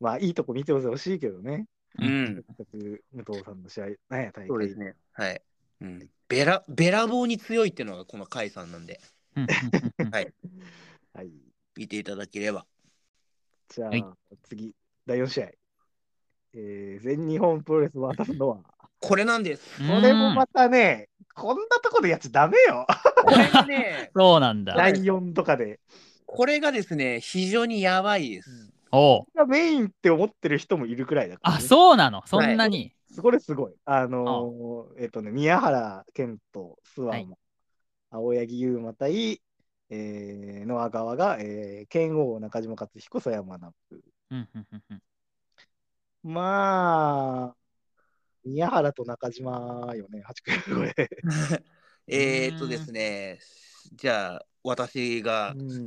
[SPEAKER 3] まあ、いいとこ見てほしいけどね。
[SPEAKER 1] う
[SPEAKER 2] うん
[SPEAKER 1] ん、
[SPEAKER 3] せっかく武藤さんの試合、ね、大会。
[SPEAKER 1] そうですね。はい。うん、べらべらぼうに強いっていうのがこの解散なんで、
[SPEAKER 2] うんうんうん
[SPEAKER 1] はい
[SPEAKER 3] はい。
[SPEAKER 1] 見ていただければ。
[SPEAKER 3] じゃあ、
[SPEAKER 2] はい
[SPEAKER 3] 次、第4試合。えー、全日本プロレス渡すのは、
[SPEAKER 1] これなんです。
[SPEAKER 2] うん、
[SPEAKER 3] これもまたね、こんなとこでやっちゃダメよ。
[SPEAKER 1] これがね
[SPEAKER 2] そうなんだ。
[SPEAKER 1] はい
[SPEAKER 3] 第4とかで。
[SPEAKER 1] これがですね、非常にやばいです。
[SPEAKER 2] おう
[SPEAKER 3] メインって思ってる人もいるくらいだから、
[SPEAKER 2] あ、
[SPEAKER 3] ね。
[SPEAKER 2] そうなのそんなに。
[SPEAKER 3] うこれすごい。あのーえっ、とね、宮原健人、諏訪間、
[SPEAKER 2] はい
[SPEAKER 3] 青柳優馬対、えー、ノア側が、えー、剣王、中島克彦、曽山ナプ。
[SPEAKER 2] うんうんうんうん
[SPEAKER 3] まあ、宮原と中島よね、八九これ。
[SPEAKER 1] えーっとですね、じゃあ、私が
[SPEAKER 3] う、ん。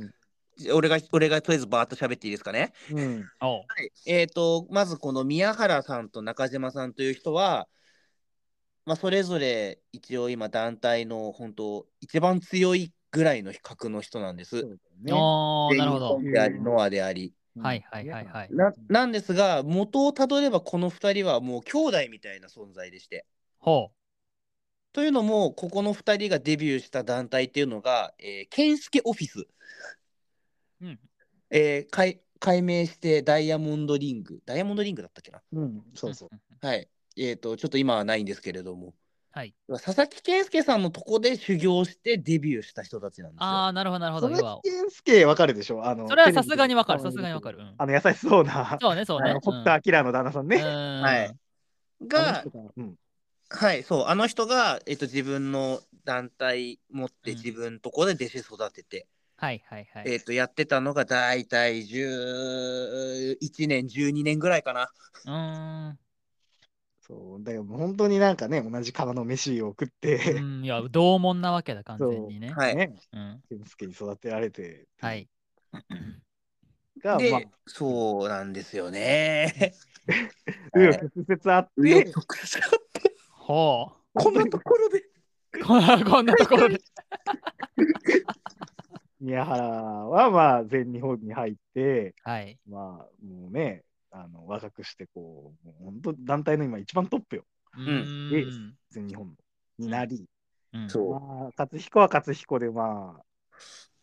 [SPEAKER 1] じゃあ俺が、俺がとりあえずバーっと喋っていいですかね。
[SPEAKER 3] うん。
[SPEAKER 2] おう
[SPEAKER 1] はい、えーっと、まずこの宮原さんと中島さんという人は、まあ、それぞれ一応今団体の本当、一番強いぐらいの比較の人なんで
[SPEAKER 3] そ
[SPEAKER 1] す。
[SPEAKER 3] うだよね。
[SPEAKER 2] おーなるほど
[SPEAKER 1] 全。日本であり、
[SPEAKER 3] うん
[SPEAKER 1] ノアであり。
[SPEAKER 2] はいはいはいはい。
[SPEAKER 1] ななんですが、元をたどればこの2人はもう兄弟みたいな存在でして。
[SPEAKER 2] ほ
[SPEAKER 1] というのも、ここの2人がデビューした団体っていうのが、えー、健介オフィス。
[SPEAKER 2] う。うん
[SPEAKER 1] えー、改改名してダイヤモンドリングダイヤモンドリングだったっけな
[SPEAKER 3] うん、そうそう。。
[SPEAKER 2] んんん
[SPEAKER 1] はいえっ、とちょっと今はないんですけれども
[SPEAKER 2] はい。
[SPEAKER 1] 佐々木健介さんのとこで修行してデビューした人たちなんですよ
[SPEAKER 2] ああ、なるほどなるほ
[SPEAKER 3] そ
[SPEAKER 2] ど。
[SPEAKER 3] れ
[SPEAKER 2] 要は
[SPEAKER 3] 健介わかるでしょあの
[SPEAKER 2] それはさすがにわかる。
[SPEAKER 3] テレ
[SPEAKER 2] さす
[SPEAKER 3] ビで
[SPEAKER 2] がにわかる。うん
[SPEAKER 3] あの、優しそうな、
[SPEAKER 2] そうね、そう
[SPEAKER 3] あ
[SPEAKER 2] ね
[SPEAKER 3] の。堀田明の旦那さんね。
[SPEAKER 1] は。
[SPEAKER 2] はい
[SPEAKER 3] あ
[SPEAKER 1] が
[SPEAKER 3] の人がうん。
[SPEAKER 1] はいそうあの人が、えっと自分の団体持って
[SPEAKER 2] うん
[SPEAKER 1] 自分のとこで弟子育てて、
[SPEAKER 2] はいはいは
[SPEAKER 1] え
[SPEAKER 2] い。
[SPEAKER 1] っとやってたのが大体11年12年ぐらいかな
[SPEAKER 2] うーん
[SPEAKER 3] そう、だけど本当になんかね、同じ釜の飯を食って、
[SPEAKER 2] うん。いや、同門なわけだ、完全にね。
[SPEAKER 1] はい、
[SPEAKER 3] ね、
[SPEAKER 2] うん
[SPEAKER 3] 健介に育てられて、
[SPEAKER 2] はい。
[SPEAKER 3] が、
[SPEAKER 1] で、
[SPEAKER 3] まあ、
[SPEAKER 1] そうなんですよ ね
[SPEAKER 3] 紆余曲折あっ
[SPEAKER 1] 紆余
[SPEAKER 3] て、
[SPEAKER 1] 曲折が
[SPEAKER 2] ほう。
[SPEAKER 1] こんなところで
[SPEAKER 2] こんなこんなところで。
[SPEAKER 3] 宮原はまあ、全日本に入って、
[SPEAKER 2] はい。
[SPEAKER 3] まあ、もうね、あの若くして、こう、もう本当、団体の今一番トップよ、
[SPEAKER 2] う
[SPEAKER 3] で
[SPEAKER 2] ん。
[SPEAKER 3] 全日本のになり、
[SPEAKER 2] うん
[SPEAKER 1] そう
[SPEAKER 3] まあ、勝彦は勝彦で、まあ、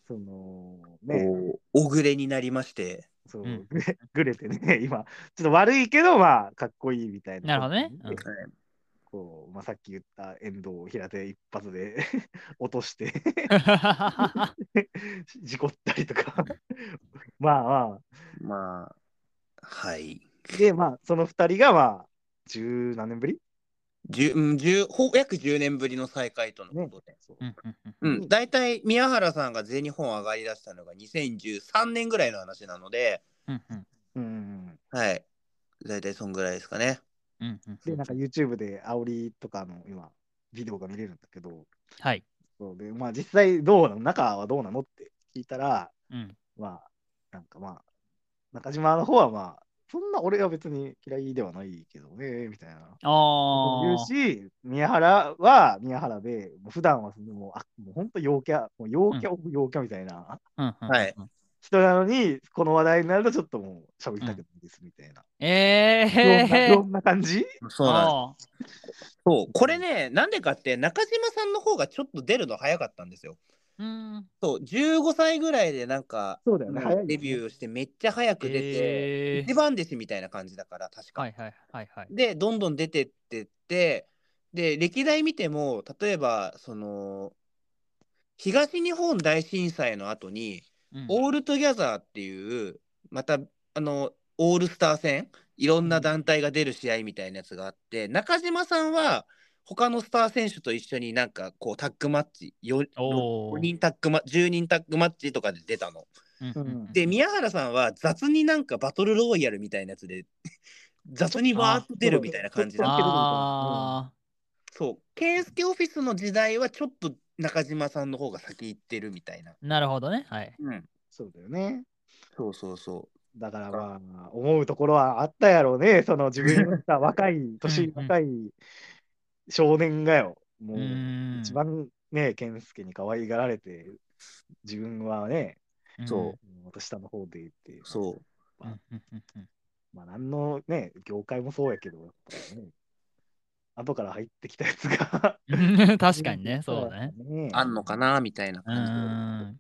[SPEAKER 3] その、ね、
[SPEAKER 1] こうおぐれになりまして、
[SPEAKER 3] そう
[SPEAKER 2] うん
[SPEAKER 3] ぐれ ぐれてね、今、ちょっと悪いけど、まあ、かっこいいみたいな。
[SPEAKER 2] なるほどねうん
[SPEAKER 3] でこうまあ、さっき言った遠藤を平手一発で 落として 事故ったりとか まあま
[SPEAKER 1] まあはい
[SPEAKER 3] あでまあその二人がまあ十何年ぶり
[SPEAKER 1] 10うん10ほ約10年ぶりの再会とのことで、
[SPEAKER 3] そう
[SPEAKER 2] うんうんうん
[SPEAKER 1] うん大体宮原さんが全日本上がりだしたのが2013年ぐらいの話なので、
[SPEAKER 2] うんうん
[SPEAKER 3] うん
[SPEAKER 1] はい、大体そんぐらいですかね。
[SPEAKER 2] うんうん
[SPEAKER 3] でなんか YouTube で煽りとかの今ビデオが見れるんだけど
[SPEAKER 2] はい。
[SPEAKER 3] そうでまあ実際どうなの中はどうなのって聞いたら
[SPEAKER 2] うん
[SPEAKER 3] まあなんかまあ中島の方はまあそんな俺は別に嫌いではないけどねみたいな
[SPEAKER 2] あ
[SPEAKER 3] 言う
[SPEAKER 2] あ。
[SPEAKER 3] し、宮原は宮原で、もう普段はもう、あもう本当陽キャ、もう陽キャオブ陽キャみたいな
[SPEAKER 2] うんうんうん
[SPEAKER 1] はい
[SPEAKER 3] 人なのに、この話題になるとちょっともう喋りたくないですみたいな。
[SPEAKER 2] え
[SPEAKER 3] どん
[SPEAKER 2] え
[SPEAKER 3] な。どんな感じ
[SPEAKER 1] そうなんです
[SPEAKER 2] あ
[SPEAKER 1] そうこれねなんでかって中島さんの方がちょっと出るの早かったんですよ。
[SPEAKER 2] ーうん。
[SPEAKER 1] そう15歳ぐらいでなんか
[SPEAKER 3] そうだよね、
[SPEAKER 1] もう
[SPEAKER 3] 早い。
[SPEAKER 1] デビューしてめっちゃ早く出て、
[SPEAKER 2] え
[SPEAKER 1] 一番弟子みたいな感じだから確か、
[SPEAKER 2] はいはいはいはい。
[SPEAKER 1] でどんどん出てってってで歴代見ても例えばその東日本大震災の後に、
[SPEAKER 2] うん
[SPEAKER 1] オールトギャザーっていうまたあのオールスター戦いろんな団体が出る試合みたいなやつがあって中島さんは他のスター選手と一緒になんかこうタッグマッチ 4,
[SPEAKER 2] おー
[SPEAKER 1] 人タッグマ10人タッグマッチとかで出たの。
[SPEAKER 2] うんうんうん
[SPEAKER 1] で宮原さんは雑になんかバトルロイヤルみたいなやつで 雑にわーっと出るみたいな感じ
[SPEAKER 3] や
[SPEAKER 1] だ
[SPEAKER 3] ってるのか
[SPEAKER 2] あ
[SPEAKER 1] そう健介オフィスの時代はちょっと中島さんの方が先行ってるみたいな。
[SPEAKER 2] ーなるほどね。はい。
[SPEAKER 1] うん、
[SPEAKER 3] そうだよね。
[SPEAKER 1] そうそうそう。
[SPEAKER 3] だからまあ、思うところはあったやろうね、その自分がさ若 い、
[SPEAKER 2] うんう
[SPEAKER 3] 年
[SPEAKER 2] ん
[SPEAKER 3] 若い少年がよ、も
[SPEAKER 2] う
[SPEAKER 3] う
[SPEAKER 2] ーん
[SPEAKER 3] 一番ね、健介に可愛がられて、自分はね、
[SPEAKER 1] そう
[SPEAKER 3] もう年下の方でって、
[SPEAKER 1] そう
[SPEAKER 2] うん。うんうんうんうん。
[SPEAKER 3] まあ、なんのね、業界もそうやけど、やっぱね、後から入ってきたやつが
[SPEAKER 2] うん確かに ね、そうだね。
[SPEAKER 3] ね
[SPEAKER 1] あんのかなみたいな
[SPEAKER 2] う
[SPEAKER 1] 感
[SPEAKER 2] ーん。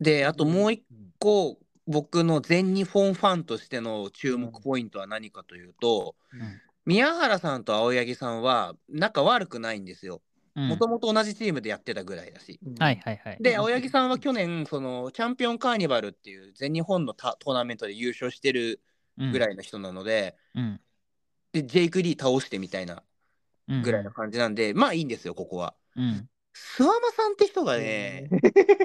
[SPEAKER 1] じで。で、あともう一
[SPEAKER 3] うん
[SPEAKER 1] 個、僕の全日本ファンとしての注目ポイントは何かというと、
[SPEAKER 2] うん
[SPEAKER 1] 宮原さんと青柳さんは仲悪くないんですよ。
[SPEAKER 2] うん
[SPEAKER 1] もともと同じチームでやってたぐらいだし。
[SPEAKER 2] はいはいはい。
[SPEAKER 1] で、青柳さんは去年、そのチャンピオンカーニバルっていう全日本のタトーナメントで優勝してるぐらいの人なので、
[SPEAKER 2] うん
[SPEAKER 1] で、ジェイク・リー倒してみたいな
[SPEAKER 2] うん
[SPEAKER 1] ぐらいの感じなんで、まあいいんですよ、ここは。
[SPEAKER 2] うん
[SPEAKER 1] 諏訪間さんって人がね、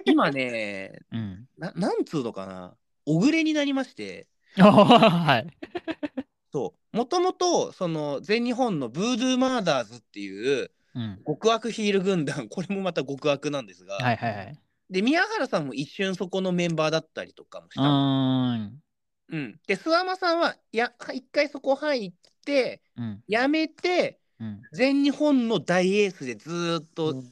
[SPEAKER 1] 今ね、
[SPEAKER 2] うん。
[SPEAKER 1] ななんつうのかな小暮になりまして
[SPEAKER 2] はい。
[SPEAKER 1] そうもともとその全日本のブードゥーマーダーズっていう
[SPEAKER 2] うん。
[SPEAKER 1] 極悪ヒール軍団これもまた極悪なんですが、
[SPEAKER 2] はいはいはい。
[SPEAKER 1] で宮原さんも一瞬そこのメンバーだったりとかもし
[SPEAKER 2] う
[SPEAKER 1] たの、
[SPEAKER 2] ーん。
[SPEAKER 1] うん、で諏訪間さんはいや一回そこ入って
[SPEAKER 2] うん。
[SPEAKER 1] 辞めて
[SPEAKER 2] うん。
[SPEAKER 1] 全日本の大エースでずーっ
[SPEAKER 3] うん
[SPEAKER 1] と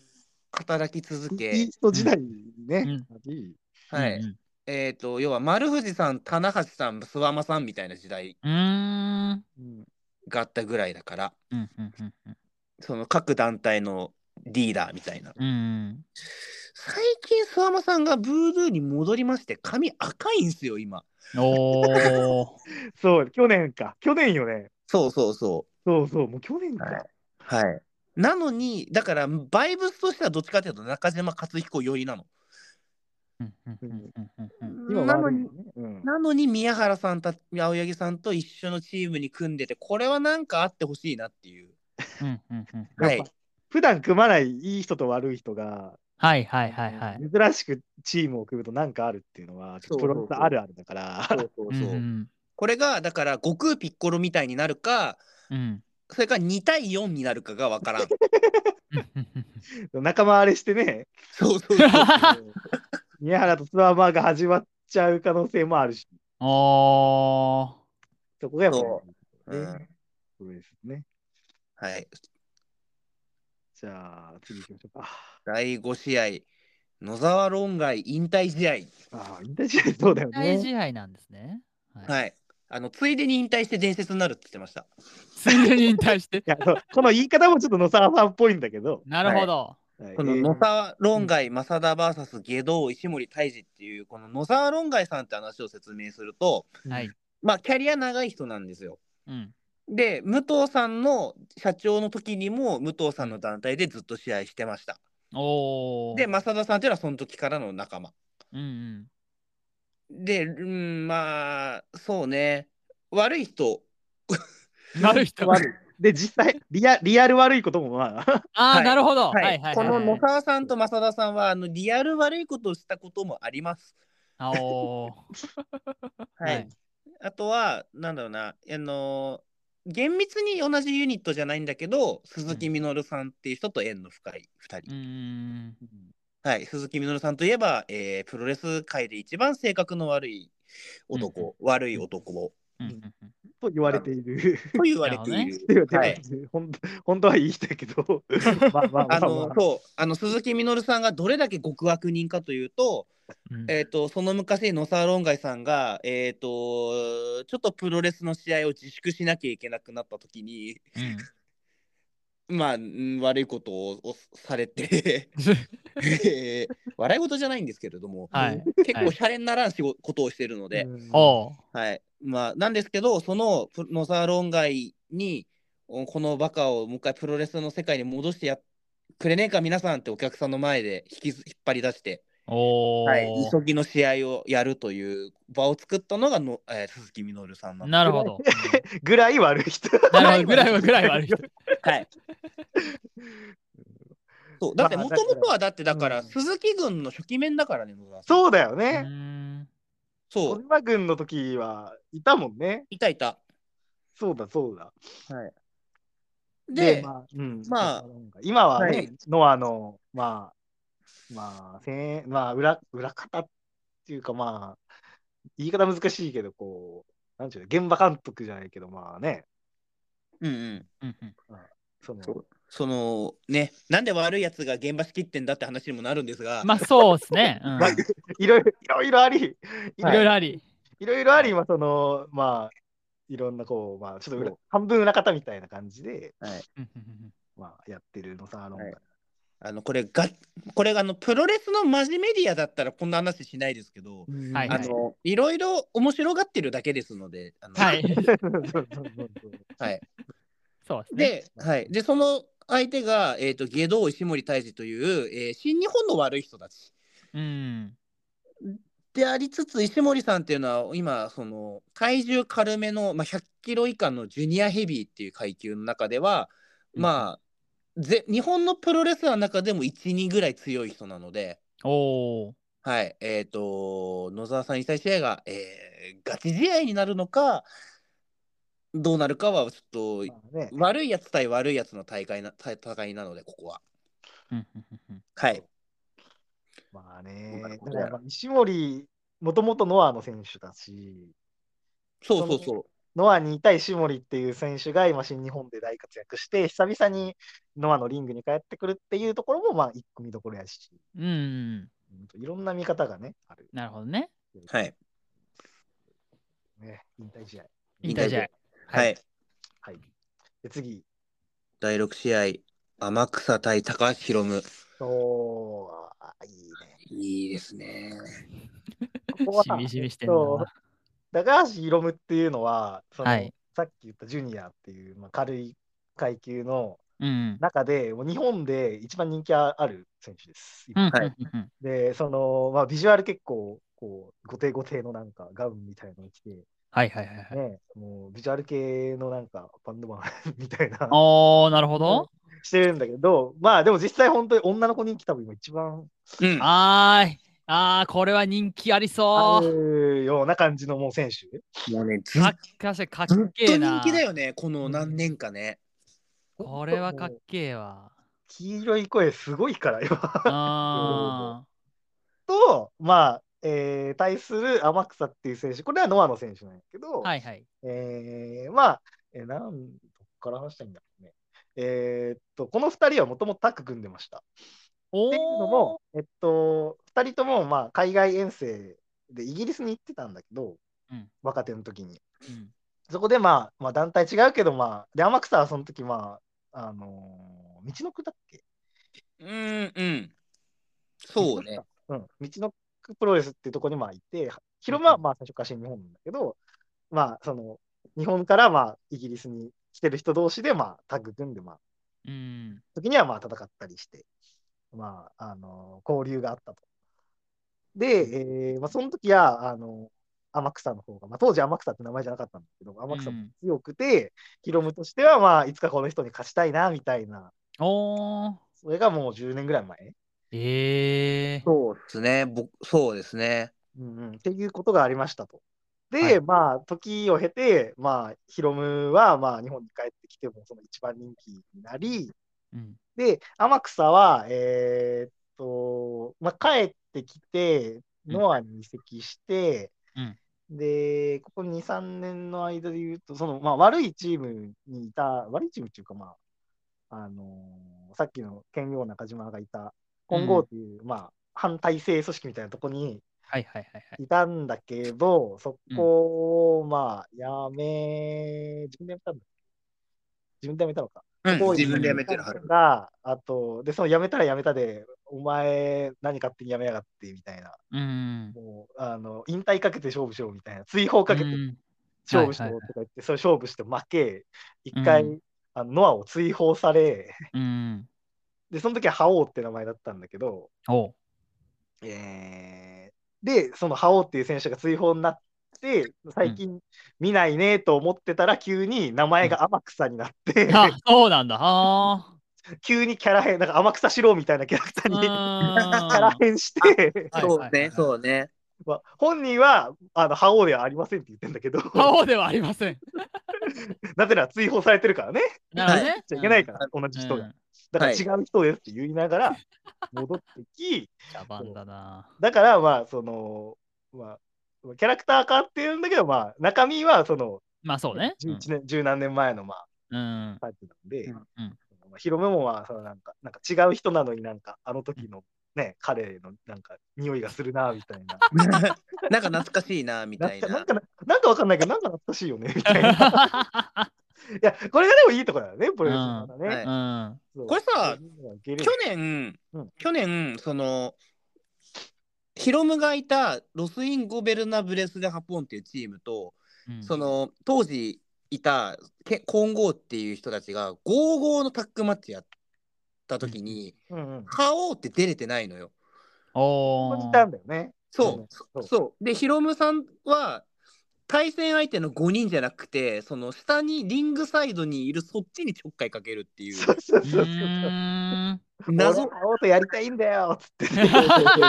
[SPEAKER 1] 働き続
[SPEAKER 3] イ
[SPEAKER 1] け、
[SPEAKER 3] ースト時代にね、い
[SPEAKER 1] はい、
[SPEAKER 2] うん
[SPEAKER 1] えっ、と要は丸藤さん棚橋さん諏訪間さんみたいな時代
[SPEAKER 2] うん。うーん。
[SPEAKER 3] うん
[SPEAKER 1] があったぐらいだから
[SPEAKER 2] うんうんうんうん
[SPEAKER 1] その各団体のリーダーみたいな。
[SPEAKER 2] うん。
[SPEAKER 1] 最近、諏訪間さんがブードゥーに戻りまして、髪赤いんすよ、今。
[SPEAKER 2] おー。
[SPEAKER 3] そう、去年か。去年よね。
[SPEAKER 1] そうそうそ
[SPEAKER 3] そうそう、もう去年か。
[SPEAKER 1] はいはい。なのに、だから、バイブスとしてはどっちかというと中島克彦寄りなの。
[SPEAKER 2] うんうんうんうんうんうん
[SPEAKER 3] 今
[SPEAKER 1] な
[SPEAKER 3] は
[SPEAKER 1] の
[SPEAKER 3] ね
[SPEAKER 1] に、、
[SPEAKER 3] うん
[SPEAKER 1] なのに宮原さんた、青柳さんと一緒のチームに組んでて、これはなんかあってほしいなっていう。
[SPEAKER 2] うんうんうん
[SPEAKER 1] はい
[SPEAKER 3] やっぱ普段組まないいい人と悪い人が、
[SPEAKER 2] はいはいはいはい。
[SPEAKER 3] 珍しくチームを組むと何かあるっていうのは、
[SPEAKER 1] そう
[SPEAKER 3] プロレスあるあるだから、
[SPEAKER 1] そうそうそう。
[SPEAKER 2] ん
[SPEAKER 1] これが、だから、悟空ピッコロみたいになるか、
[SPEAKER 2] うんうん
[SPEAKER 1] それから2対4になるかがわ からん。
[SPEAKER 2] うんうんうん
[SPEAKER 3] 仲間割れし てね、
[SPEAKER 1] そうそうそう。
[SPEAKER 3] 宮原とスワマーが始まっちゃう可能性もあるし、
[SPEAKER 2] おー。
[SPEAKER 3] そこがやっぱ
[SPEAKER 1] そ
[SPEAKER 3] ね、
[SPEAKER 1] うん
[SPEAKER 3] プロレスね。
[SPEAKER 1] はい。
[SPEAKER 3] じゃあ、次行きましょうか。
[SPEAKER 1] 第5試合、野沢論外引退試合。
[SPEAKER 3] ああ、引退試合そうだよ
[SPEAKER 2] 大
[SPEAKER 3] ね。
[SPEAKER 2] 試合なんですね。は。
[SPEAKER 1] はいい。あの、ついでに引退して伝説になるって言ってました。
[SPEAKER 2] ついでに引退して
[SPEAKER 3] い。やそうこの言い方もちょっと野沢さんっぽいんだ けど、
[SPEAKER 2] なるほど。
[SPEAKER 3] はい
[SPEAKER 1] この
[SPEAKER 3] えー
[SPEAKER 1] 野沢論外、正田 VS 下道、石森泰治っていう、この野沢論外さんって話を説明すると、
[SPEAKER 2] はい。
[SPEAKER 1] まあ、キャリア長い人なんですよ。
[SPEAKER 2] うん。
[SPEAKER 1] で、武藤さんの社長の時にも、武藤さんの団体でずっと試合してました。
[SPEAKER 2] おー。
[SPEAKER 1] で、正田さんっていうのはその時からの仲間。
[SPEAKER 2] うんうん。
[SPEAKER 1] で、うん、まあ、そうね。悪い人。
[SPEAKER 2] なる人。
[SPEAKER 3] 悪い。で、実際、リアリアル悪いこともまあ、
[SPEAKER 2] あ
[SPEAKER 1] は
[SPEAKER 2] あ、
[SPEAKER 1] い
[SPEAKER 2] なるほど。は
[SPEAKER 1] はい
[SPEAKER 2] はい
[SPEAKER 1] い
[SPEAKER 2] はい。
[SPEAKER 1] この
[SPEAKER 2] はい
[SPEAKER 1] 野沢さんと正田さんはあのリアル悪いことをしたこともあります。
[SPEAKER 2] あおー。
[SPEAKER 1] はい。
[SPEAKER 2] はい
[SPEAKER 1] あとはなんだろうな、あのー厳密に同じユニットじゃないんだけど、鈴木みのるさんっていう人と縁の深い2
[SPEAKER 2] う
[SPEAKER 1] 人。
[SPEAKER 2] ーん。
[SPEAKER 1] はい。鈴木みのるさんといえば、えープロレス界で一番性格の悪い男、悪い男
[SPEAKER 2] うんうんうん
[SPEAKER 3] と言われている。
[SPEAKER 1] と言われて いる。
[SPEAKER 3] でもでも
[SPEAKER 1] はい。
[SPEAKER 3] 本当本当はいい人だ けど、まあまあま
[SPEAKER 1] あ
[SPEAKER 3] あま
[SPEAKER 1] の
[SPEAKER 3] あ
[SPEAKER 1] そうあの鈴木みのるさんがどれだけ極悪人かというと、
[SPEAKER 2] うん
[SPEAKER 1] えー、とその昔野沢論外さんが、えー、とちょっとプロレスの試合を自粛しなきゃいけなくなった時に
[SPEAKER 2] うん
[SPEAKER 1] まあ、ん悪いことををされ て、えー笑い事じゃないんですけれども、
[SPEAKER 2] はい。
[SPEAKER 1] 結構シャレにならん仕事ことをしてるので、
[SPEAKER 3] うん
[SPEAKER 2] おう。
[SPEAKER 1] はい。まあ、なんですけど、そのプノサーロン街に、おこのバカをもう一回プロレスの世界に戻してやっくれねえか、皆さんってお客さんの前で引きず引っ張り出して、
[SPEAKER 2] お
[SPEAKER 1] はい、
[SPEAKER 2] ー。
[SPEAKER 1] 急ぎの試合をやるという場を作ったのがの、えー鈴木みのるさんなんで
[SPEAKER 2] なるほ ど。
[SPEAKER 3] ぐらい悪い人。
[SPEAKER 2] なるほど。ぐらいはぐらい 悪い人。
[SPEAKER 1] はい。そうだって、
[SPEAKER 3] まあ
[SPEAKER 1] も
[SPEAKER 3] だ
[SPEAKER 1] と
[SPEAKER 3] から
[SPEAKER 1] もとはだって、だから、
[SPEAKER 3] うん
[SPEAKER 1] 鈴木軍の初期面だからね、野田さん
[SPEAKER 3] そうだよ
[SPEAKER 2] うー
[SPEAKER 3] ね。
[SPEAKER 2] ん
[SPEAKER 1] そ
[SPEAKER 3] 小
[SPEAKER 1] う、
[SPEAKER 3] 島軍の時はいたもんね。
[SPEAKER 1] いたいた。
[SPEAKER 3] そうだそうだ。
[SPEAKER 1] で、
[SPEAKER 3] まあ、うん
[SPEAKER 1] まあ
[SPEAKER 3] 今はね、
[SPEAKER 1] はい
[SPEAKER 3] ノアの、まあ、まあ、せんまあ裏、裏方っていうか、まあ、言い方難しいけど、こう、なんちゅうの、現場監督じゃないけど、まあね、
[SPEAKER 1] うんうん。
[SPEAKER 2] うんうん
[SPEAKER 3] その、
[SPEAKER 1] そうそのね、なんで悪いやつが現場仕切ってんだって話にもなるんですが、
[SPEAKER 2] まあそうですね。 うん
[SPEAKER 3] まあいろいろ、いろいろあり、い
[SPEAKER 2] い
[SPEAKER 3] ろ
[SPEAKER 2] ろい
[SPEAKER 3] いろ
[SPEAKER 2] ろあり。
[SPEAKER 3] いろいろあり、まあ、その、まあ、いろんな、こう、まあ、ちょっと裏
[SPEAKER 1] そう
[SPEAKER 3] 半分裏方みたいな感じで、
[SPEAKER 2] うんうん
[SPEAKER 3] まあ、やってるのさ、あの、
[SPEAKER 1] はいあのこれがこれがあのプロレスのマジメディアだったらこんな話しないですけど、
[SPEAKER 3] うん
[SPEAKER 2] はい
[SPEAKER 1] あのいろいろ面白がってるだけですので、あの
[SPEAKER 2] うんはい。
[SPEAKER 3] そうそうそうそう
[SPEAKER 1] はい
[SPEAKER 2] そうですね。
[SPEAKER 1] で、はい、でその相手が、えー、と下道石森泰治という、えー新日本の悪い人たち
[SPEAKER 2] うん。
[SPEAKER 1] でありつつ石森さんっていうのは今その体重軽めの、まあ、100キロ以下のジュニアヘビーっていう階級の中では、まあぜ日本のプロレスラーの中でも12ぐらい強い人なので、
[SPEAKER 2] おー。
[SPEAKER 1] はいえー、と野沢さん引退試合が、えーガチ試合になるのかどうなるかはちょっと
[SPEAKER 3] まあね、
[SPEAKER 1] 悪いやつ対悪いやつの大会な戦いなのでここは。
[SPEAKER 2] うんうんうんうん
[SPEAKER 1] はい、
[SPEAKER 3] まあ
[SPEAKER 1] そうな
[SPEAKER 3] ね
[SPEAKER 1] る、ほ
[SPEAKER 3] だ
[SPEAKER 1] ど
[SPEAKER 3] からまあ石森、もともとノアの選手だし、
[SPEAKER 1] そうそうそう。
[SPEAKER 3] ノアにいた石森っていう選手が今、新日本で大活躍して、久々にノアのリングに帰ってくるっていうところも、まあ、一個見どころやし、
[SPEAKER 2] うんうん。
[SPEAKER 3] うんいろんな見方がね、ある。
[SPEAKER 2] なるほどね。
[SPEAKER 1] はい。
[SPEAKER 3] ね、引退試合。
[SPEAKER 2] 引退試合。
[SPEAKER 1] はい、
[SPEAKER 3] はい。で、次。
[SPEAKER 1] 第6試合、天草対高橋宏夢。
[SPEAKER 3] おー、あいいね。
[SPEAKER 1] いいですね。
[SPEAKER 3] ここは
[SPEAKER 2] しみじみしてんだ
[SPEAKER 3] えっと
[SPEAKER 2] な。
[SPEAKER 3] 高橋宏夢っていうのは、その
[SPEAKER 2] はい
[SPEAKER 3] さっき言ったジュニアっていう、まあ、軽い階級の
[SPEAKER 2] うん。
[SPEAKER 3] 中で、もう日本で一番人気ある選手です。
[SPEAKER 2] うんうん
[SPEAKER 1] は
[SPEAKER 2] うんうん
[SPEAKER 3] で、その、まあ、ビジュアル結構、こう、後手後手のなんかガウンみたいなの着て、ね、
[SPEAKER 2] はいはいはいはい。
[SPEAKER 3] もうビジュアル系のなんかバンドマン みたいな、
[SPEAKER 2] おー、なるほど。
[SPEAKER 3] してるんだけど、まあでも実際本当に女の子人気多分今一番
[SPEAKER 1] うん。
[SPEAKER 2] はーい。あー、これは人気あり
[SPEAKER 3] あ
[SPEAKER 2] そう。
[SPEAKER 3] るような感じのもう選手。
[SPEAKER 1] もうね、ず
[SPEAKER 2] か
[SPEAKER 1] っ
[SPEAKER 2] っかしかっ
[SPEAKER 1] ずっ
[SPEAKER 2] け
[SPEAKER 1] と
[SPEAKER 2] えな。
[SPEAKER 1] 人気だよね、この何年かね。
[SPEAKER 2] これはかっ
[SPEAKER 3] もう
[SPEAKER 2] けえわ。
[SPEAKER 3] 黄色い声すごいから今。
[SPEAKER 2] あ
[SPEAKER 3] と、まあ、えー対する天草っていう選手、これはノアの選手なんやけど、
[SPEAKER 2] ー。はいはい。
[SPEAKER 3] えーまあ、えーなん、どっから話したいんだろうね。えーっと、この2人はもともとタッグ組んでました。
[SPEAKER 2] お
[SPEAKER 3] っていうの
[SPEAKER 2] ー
[SPEAKER 3] も。、えっと、2人とも、まあ、海外遠征でイギリスに行ってたんだけど、
[SPEAKER 2] うん
[SPEAKER 3] 若手の時に。
[SPEAKER 2] うん
[SPEAKER 3] そこで、まあ、まあ、団体違うけど、まあ、で、天草はその時、まあ、あのー道のくだっけ
[SPEAKER 1] うんうん。そうね。。
[SPEAKER 3] うん、道のくプロレスっていうところにまあいて、広間はまあ最初から新日本なんだけど、まあその日本からまあイギリスに来てる人同士でまあタッグ組んで、まあ
[SPEAKER 2] うん。
[SPEAKER 3] 時にはまあ戦ったりして、まああの交流があったと。で、えーまあ、その時はあの天草の方が、まあ、当時天草って名前じゃなかったんだけど、天草も強くて、ヒロムとしてはまあいつかこの人に勝ちたいなみたいな、
[SPEAKER 2] おー。
[SPEAKER 3] それがもう10年ぐらい前。
[SPEAKER 2] えー。
[SPEAKER 1] そうですね。僕そうですね。
[SPEAKER 3] うんうん、っていうことがありましたと。で、
[SPEAKER 2] はい
[SPEAKER 3] まあ、時を経て、まあ、ヒロムは、まあ、日本に帰ってきても、その一番人気になり、
[SPEAKER 2] うん
[SPEAKER 3] で、天草は、えーっと、まあ、帰ってきて、
[SPEAKER 2] うん
[SPEAKER 3] ノアに移籍して、
[SPEAKER 2] うん
[SPEAKER 3] で、ここ2、3年の間で言うと、その、まあ、悪いチームにいた、悪いチームっていうか、まあ、あのーさっきの剣陽中島がいた、金剛っていう、まあ、反体制組織みたいなとこに、
[SPEAKER 2] はいはいはいはい。
[SPEAKER 3] いたんだけど、そこを、まあ、やめ、自分でやめたんだ。自分でやめたのか。
[SPEAKER 1] うん
[SPEAKER 3] ボーイズ
[SPEAKER 1] 自分でやめてるはる。
[SPEAKER 3] が、あと、で、その辞めたら辞めたで、お前、何勝手に辞めやがって、みたいな。
[SPEAKER 2] うん。
[SPEAKER 3] もう、あの、引退かけて勝負しよう、みたいな。追放かけて
[SPEAKER 2] うん
[SPEAKER 3] 勝負しようとか言って、それ勝負して負け、一回、
[SPEAKER 2] うん
[SPEAKER 3] あのノアを追放され、
[SPEAKER 2] うん。
[SPEAKER 3] で、その時は覇王って名前だったんだけど、
[SPEAKER 2] お う。
[SPEAKER 3] えーで、その覇王っていう選手が追放になって、最近見ないねと思ってたら、急に名前が天草になって、
[SPEAKER 2] あ、そうなんだ。あ
[SPEAKER 3] 急にキャラ変、なんか天草四郎みたいなキャラクタ
[SPEAKER 2] ー
[SPEAKER 3] ー に、キャ
[SPEAKER 2] あ
[SPEAKER 3] ラ変して、
[SPEAKER 2] はい
[SPEAKER 1] そう
[SPEAKER 2] はいはいは
[SPEAKER 1] ね
[SPEAKER 2] い、
[SPEAKER 1] そうね。
[SPEAKER 3] まあ、本人はあの覇王ではありませんって言ってんだけど、
[SPEAKER 2] ー。顔ではありません。
[SPEAKER 3] なぜなら追放されてるからね、
[SPEAKER 2] なるほどね。
[SPEAKER 3] じゃいけない
[SPEAKER 2] か
[SPEAKER 3] から、同じ人が。
[SPEAKER 2] ん。
[SPEAKER 3] だから
[SPEAKER 1] はい
[SPEAKER 3] 違う人ですって言いながら戻ってき、
[SPEAKER 2] 茶番だな。
[SPEAKER 3] だからまあ、その、まあ、キャラクター化っていうんだけど、まあ、中身はその、
[SPEAKER 2] まあそうね。
[SPEAKER 3] 11年、十何年前のまあ、
[SPEAKER 2] うん。
[SPEAKER 3] タイプなんで、
[SPEAKER 1] うん
[SPEAKER 2] うん
[SPEAKER 3] まあ、ヒロムもまあ、そのなんか、なんか違う人なのになんか、あの時のね、彼のなんか、匂いがするな、みたいな。
[SPEAKER 1] なんか懐かしいな、み
[SPEAKER 3] な
[SPEAKER 1] た
[SPEAKER 3] ん
[SPEAKER 1] い
[SPEAKER 3] か、な。
[SPEAKER 1] なん
[SPEAKER 3] か、なんかわかんないけど、なんか懐かしいよね、みたいな。いや、これがでもいいところだよね、プロレスのね。
[SPEAKER 1] はい
[SPEAKER 2] うん。
[SPEAKER 3] そう
[SPEAKER 1] これさ、
[SPEAKER 3] 去
[SPEAKER 1] 去年、
[SPEAKER 3] うん
[SPEAKER 1] 去年、その、ヒロムがいたロスインゴ・ベルナ・ブレス・でハポンっていうチームと、
[SPEAKER 2] うん
[SPEAKER 1] そ、の当時いたけコンゴーっていう人たちが55のタッグマッチやった時に、
[SPEAKER 3] うんうん。こ
[SPEAKER 1] ハオって出れてないのよ。
[SPEAKER 2] お
[SPEAKER 3] こ
[SPEAKER 2] ー
[SPEAKER 3] にいたんだよね。
[SPEAKER 1] そう、
[SPEAKER 3] うん
[SPEAKER 1] そそうでヒロムさんは対戦相手の5人じゃなくてその下にリングサイドにいるそっちにちょっかいかけるっていう
[SPEAKER 3] そうそう
[SPEAKER 2] う
[SPEAKER 3] そうそう。
[SPEAKER 2] ーん。
[SPEAKER 1] 謎
[SPEAKER 3] 俺青とやりたいんだよつって。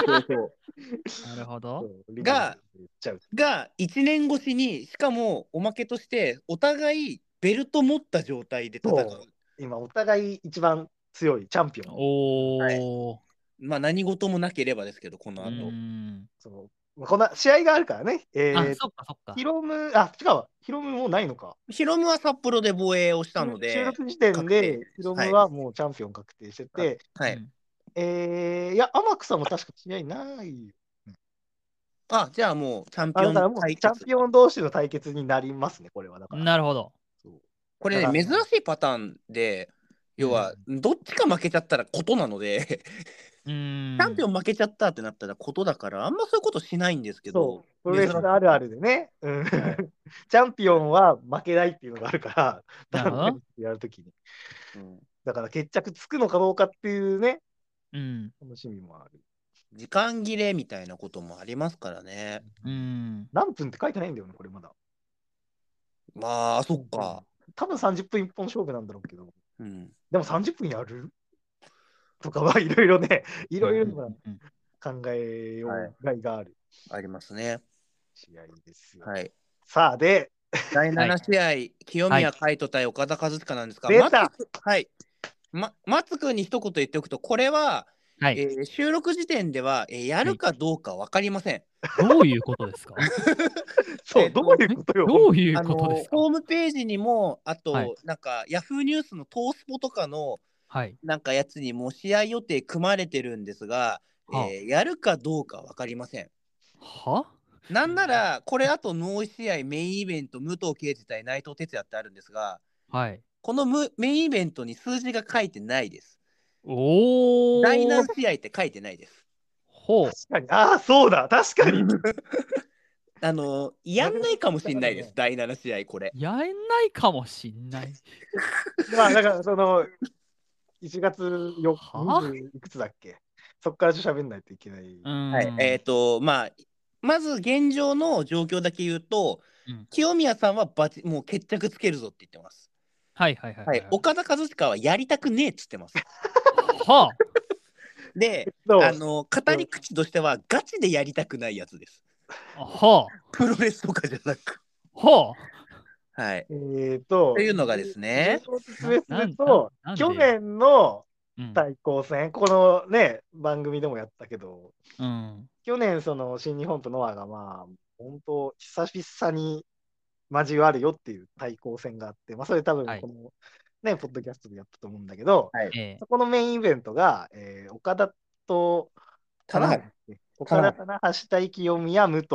[SPEAKER 2] なるほど。
[SPEAKER 3] そう
[SPEAKER 1] が、
[SPEAKER 3] 言っちゃう。
[SPEAKER 1] が1年越しにしかもおまけとしてお互いベルト持った状態で戦う
[SPEAKER 3] そう今、お互い一番強いチャンピオン。
[SPEAKER 2] お
[SPEAKER 1] はい
[SPEAKER 2] お。
[SPEAKER 1] まあ何事もなければですけどこの
[SPEAKER 2] う
[SPEAKER 1] 後、
[SPEAKER 2] ん。
[SPEAKER 3] そうまあこんな試合があるからね。え
[SPEAKER 2] あ
[SPEAKER 3] ー、、
[SPEAKER 2] そっかそっか
[SPEAKER 3] ヒ。ロム、あ、違うわ、ヒロムもうないのか。
[SPEAKER 1] ヒロムは札幌で防衛をしたの
[SPEAKER 3] 収
[SPEAKER 1] で、
[SPEAKER 3] 録時点
[SPEAKER 1] 確定
[SPEAKER 3] で、ヒロムはもうチャンピオン確定してて、
[SPEAKER 1] はい
[SPEAKER 2] うん
[SPEAKER 3] えー、いや、天草も確か試合ないよ。
[SPEAKER 1] あじゃあもうチャンピ
[SPEAKER 3] あ
[SPEAKER 1] オ
[SPEAKER 3] だから
[SPEAKER 1] ン
[SPEAKER 3] もうチ
[SPEAKER 1] 対
[SPEAKER 3] ャン
[SPEAKER 1] 決
[SPEAKER 3] ピオン同士の対決になりますね、これは。だから。
[SPEAKER 2] なるほど。
[SPEAKER 3] そう
[SPEAKER 1] これ
[SPEAKER 3] だから
[SPEAKER 1] ね珍しいパターンで要はどっちか負けちゃったらことなので、
[SPEAKER 2] うーん。
[SPEAKER 1] チャンピオン負けちゃったってなったらことだからあんまそういうことしないんですけど
[SPEAKER 3] プロレスのあるあるでね、 うん、チャンピオンは負けないっていうのがあるか
[SPEAKER 2] な
[SPEAKER 3] ら、
[SPEAKER 2] るほど
[SPEAKER 3] 団体やるときに。
[SPEAKER 1] うん
[SPEAKER 3] だから決着つくのかどうかっていうね、
[SPEAKER 2] うん。
[SPEAKER 3] 楽しみもある。
[SPEAKER 1] 時間切れみたいなこともありますからね
[SPEAKER 2] うん。
[SPEAKER 3] 何分って書いてないんだよね、これまだ。
[SPEAKER 1] まあそっか、
[SPEAKER 3] 多分30分一本勝負なんだろうけど、
[SPEAKER 1] うん、
[SPEAKER 3] でも30分やる とかはいろいろね、い
[SPEAKER 2] い
[SPEAKER 3] ろいろな
[SPEAKER 2] うん。
[SPEAKER 3] 考えようがいがある
[SPEAKER 1] ありますね
[SPEAKER 3] 試合ですよ。
[SPEAKER 1] はい
[SPEAKER 3] さあ、で、
[SPEAKER 1] 第
[SPEAKER 2] は
[SPEAKER 1] 7試合、清宮海斗対岡田和親なんですが、
[SPEAKER 3] 出
[SPEAKER 1] 松
[SPEAKER 3] た
[SPEAKER 1] はいま松君に一言言っておくとこれは、
[SPEAKER 2] はい。
[SPEAKER 1] えー収録時点では、えーやるかどうか分かりません、
[SPEAKER 2] どういうことですか
[SPEAKER 3] そ
[SPEAKER 1] え
[SPEAKER 3] う、
[SPEAKER 1] っと
[SPEAKER 3] どういうことよ。
[SPEAKER 2] どういう
[SPEAKER 1] あの
[SPEAKER 2] ことですか
[SPEAKER 1] ホームページにもあと、
[SPEAKER 2] はい
[SPEAKER 1] なんかヤフーニュースのトースポとかの
[SPEAKER 2] はい。
[SPEAKER 1] なんかやつにも試合予定組まれてるんですが、
[SPEAKER 2] は
[SPEAKER 1] えーやるかどうか分かりません。
[SPEAKER 2] は
[SPEAKER 1] なんならこれあともう一試合メインイベント武藤敬司対内藤哲也ってあるんですが
[SPEAKER 2] はい。
[SPEAKER 1] このむメインイベントに数字が書いてないです。
[SPEAKER 2] おお。
[SPEAKER 1] 第何試合って書いてないです。
[SPEAKER 2] ほう。
[SPEAKER 3] 確かに。ああ、そうだ、確かに。
[SPEAKER 1] あのーやんないかもしれないです第7試合これ。
[SPEAKER 2] やえないかもしんない。
[SPEAKER 3] まあだからその1月4
[SPEAKER 2] はあ
[SPEAKER 3] 日いくつだっけそこからちょっと喋んないといけない。
[SPEAKER 2] うん。
[SPEAKER 1] はい、えっ、とまあまず現状の状況だけ言うと、
[SPEAKER 2] うん
[SPEAKER 1] 清宮さんはバチもう決着つけるぞって言ってます。
[SPEAKER 2] はいはいはい。
[SPEAKER 1] はい、岡田和親はやりたくねえっつってます。
[SPEAKER 2] は
[SPEAKER 1] で、
[SPEAKER 3] そう
[SPEAKER 1] あの語り口としてはガチでやりたくないやつです。
[SPEAKER 2] あ。は
[SPEAKER 1] プロレスとかじゃなく。
[SPEAKER 2] あ。は
[SPEAKER 1] はい。
[SPEAKER 3] えー、と。
[SPEAKER 1] というのがですね
[SPEAKER 3] 状況を説明
[SPEAKER 2] あ。
[SPEAKER 3] すると、
[SPEAKER 2] なん
[SPEAKER 3] 去、年の
[SPEAKER 2] なんで
[SPEAKER 3] 対抗戦、このね、番組でもやったけど、
[SPEAKER 2] うん。うん
[SPEAKER 3] 去年、その新日本とノアが、まあ、本当、久々に交わるよっていう対抗戦があって、まあ、それ多分、
[SPEAKER 2] はい
[SPEAKER 3] この、ね、ポッドキャストでやったと思うんだけど、
[SPEAKER 2] ええ
[SPEAKER 3] そこのメインイベントが、えー岡田と
[SPEAKER 1] 棚橋
[SPEAKER 3] 岡田、棚橋対清宮、武藤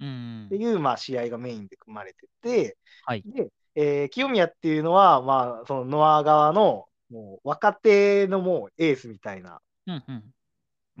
[SPEAKER 2] うん
[SPEAKER 3] って。いう、まあ、試合がメインで組まれてて、
[SPEAKER 2] はい
[SPEAKER 3] でえー清宮っていうのは、まあ、そのノア側の、もう若手のもうエースみたいな、
[SPEAKER 2] うんう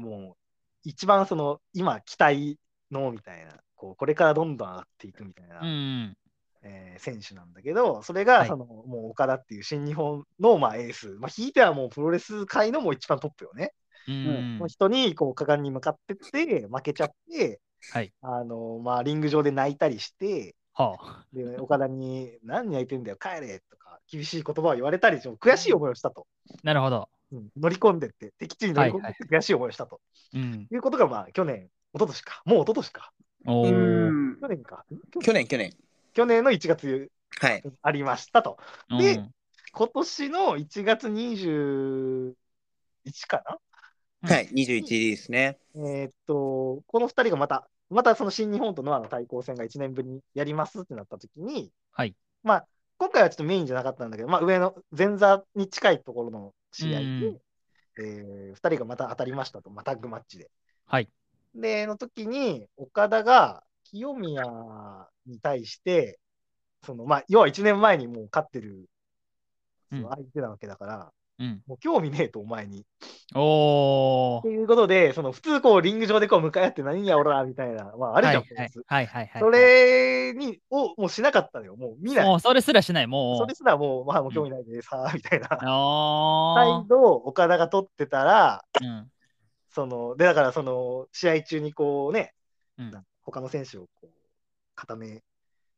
[SPEAKER 2] ん。
[SPEAKER 3] もう一番その今期待のみたいな、こうこれからどんどん上がっていくみたいな、
[SPEAKER 2] うんうん。
[SPEAKER 3] えー選手なんだけど、それ
[SPEAKER 2] は
[SPEAKER 3] が
[SPEAKER 2] い
[SPEAKER 3] その、もう岡田っていう新日本の、まあ、エース、まあ、引いてはもうプロレス界のもう一番トップよね。
[SPEAKER 2] うん
[SPEAKER 3] の人にこう果敢に向かってって負けちゃって、
[SPEAKER 2] はい
[SPEAKER 3] あのまあ、リング上で泣いたりして
[SPEAKER 2] はあ。
[SPEAKER 3] で岡田に「何泣いてんだよ帰れ」とか厳しい言葉を言われたりもう悔しい思いをしたと、
[SPEAKER 2] なるほど。
[SPEAKER 3] うん乗り込んでって敵地に乗り込んでって悔しい思いをしたと、
[SPEAKER 2] うん。
[SPEAKER 3] い、うことが、まあ、去年一昨年かもう一昨年か
[SPEAKER 2] おー
[SPEAKER 1] ん
[SPEAKER 3] 去年か
[SPEAKER 1] 去年去年
[SPEAKER 3] 去年の1月
[SPEAKER 1] はい
[SPEAKER 3] ありましたと
[SPEAKER 2] うん。
[SPEAKER 3] で今年の1月21かな
[SPEAKER 1] はい21ですね
[SPEAKER 3] えーっと、この2人がまた、またその新日本とノアの対抗戦が1年ぶりにやりますってなった時に、
[SPEAKER 2] はい
[SPEAKER 3] まあ、今回はちょっとメインじゃなかったんだけど、まあ、上の前座に近いところの試合で、
[SPEAKER 2] うん
[SPEAKER 3] え2人がまた当たりましたと、まあ、タッグマッチで。
[SPEAKER 2] はい。
[SPEAKER 3] で、の時に、岡田が清宮に対して、そのまあ、要は1年前にもう勝ってるその相手なわけだから、
[SPEAKER 2] うん。
[SPEAKER 3] もう興味ねえと、お前に。
[SPEAKER 2] お
[SPEAKER 3] と
[SPEAKER 2] ー。
[SPEAKER 3] いうことで、その普通こうリング上でこう向かい合って何やおらみたいな、まああるじゃん、
[SPEAKER 2] はいはい
[SPEAKER 3] 普通
[SPEAKER 2] はいはいはい。
[SPEAKER 3] それにをもうしなかったのよ、もう見ない。
[SPEAKER 2] もうそれすらしない、もう。
[SPEAKER 3] それすらもう、まあもう興味ないでさ、みたいな
[SPEAKER 2] あ
[SPEAKER 3] 態度を岡田が取ってたら、
[SPEAKER 2] ーうん
[SPEAKER 3] その、で、だからその試合中にこうね、
[SPEAKER 2] うん
[SPEAKER 3] なんか他の選手をこう固め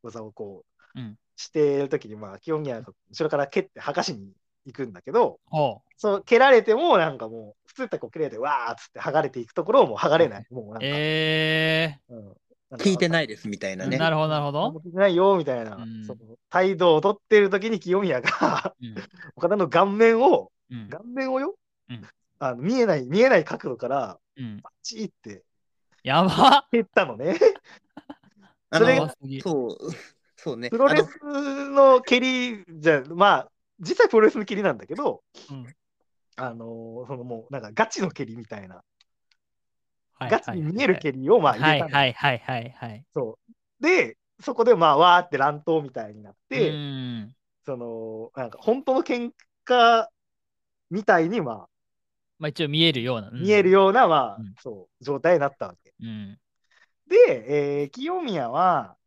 [SPEAKER 3] 技をこう、
[SPEAKER 2] うん
[SPEAKER 3] してるときに、まあ、清宮が後ろから蹴って剥がしに行くんだけど、
[SPEAKER 2] ほ
[SPEAKER 3] そう蹴られても、なんかもう、普通だったらこう蹴られて、わーっつって剥がれていくところをもう剥がれない。もうなん
[SPEAKER 2] う
[SPEAKER 3] か、
[SPEAKER 2] え
[SPEAKER 3] うん
[SPEAKER 1] 聞いて
[SPEAKER 3] い。
[SPEAKER 1] ないですみたいな
[SPEAKER 2] ー
[SPEAKER 1] ね
[SPEAKER 2] なるほど、なるほ
[SPEAKER 3] なん
[SPEAKER 2] ど。
[SPEAKER 3] か聞いてないよみたいな、
[SPEAKER 2] うん
[SPEAKER 3] その態度を取ってる時に清宮が
[SPEAKER 2] うん
[SPEAKER 3] 岡田の顔面を、
[SPEAKER 2] うん
[SPEAKER 3] 顔面をよ、
[SPEAKER 2] うん
[SPEAKER 3] あの見えない、見えない角度から、
[SPEAKER 2] うん
[SPEAKER 3] バチーって
[SPEAKER 2] やば
[SPEAKER 3] 蹴ったのね。
[SPEAKER 1] あ
[SPEAKER 3] それ
[SPEAKER 2] や
[SPEAKER 1] の
[SPEAKER 2] ばすぎ
[SPEAKER 1] そう そうね
[SPEAKER 3] プロ
[SPEAKER 1] あ
[SPEAKER 3] レ
[SPEAKER 1] の
[SPEAKER 3] スの蹴りじゃ、まあ、実際プロレスの蹴りなんだけど、
[SPEAKER 2] うん
[SPEAKER 3] あのーそのもう、なんかガチの蹴りみたいな、
[SPEAKER 2] はい
[SPEAKER 3] ガチに見える蹴りをまあ入
[SPEAKER 2] は
[SPEAKER 3] れ
[SPEAKER 2] い
[SPEAKER 3] たの、
[SPEAKER 2] はいはいはいはい。
[SPEAKER 3] そう。で、そこでまあ、わーって乱闘みたいになって、
[SPEAKER 2] うん
[SPEAKER 3] その、なんか本当の喧嘩みたいに、まあ、
[SPEAKER 2] まあ一応見えるような。うん
[SPEAKER 3] 見えるような、まあ、
[SPEAKER 2] うん
[SPEAKER 3] そう、状態になったわけ。
[SPEAKER 2] うん。
[SPEAKER 3] で、えー清宮は、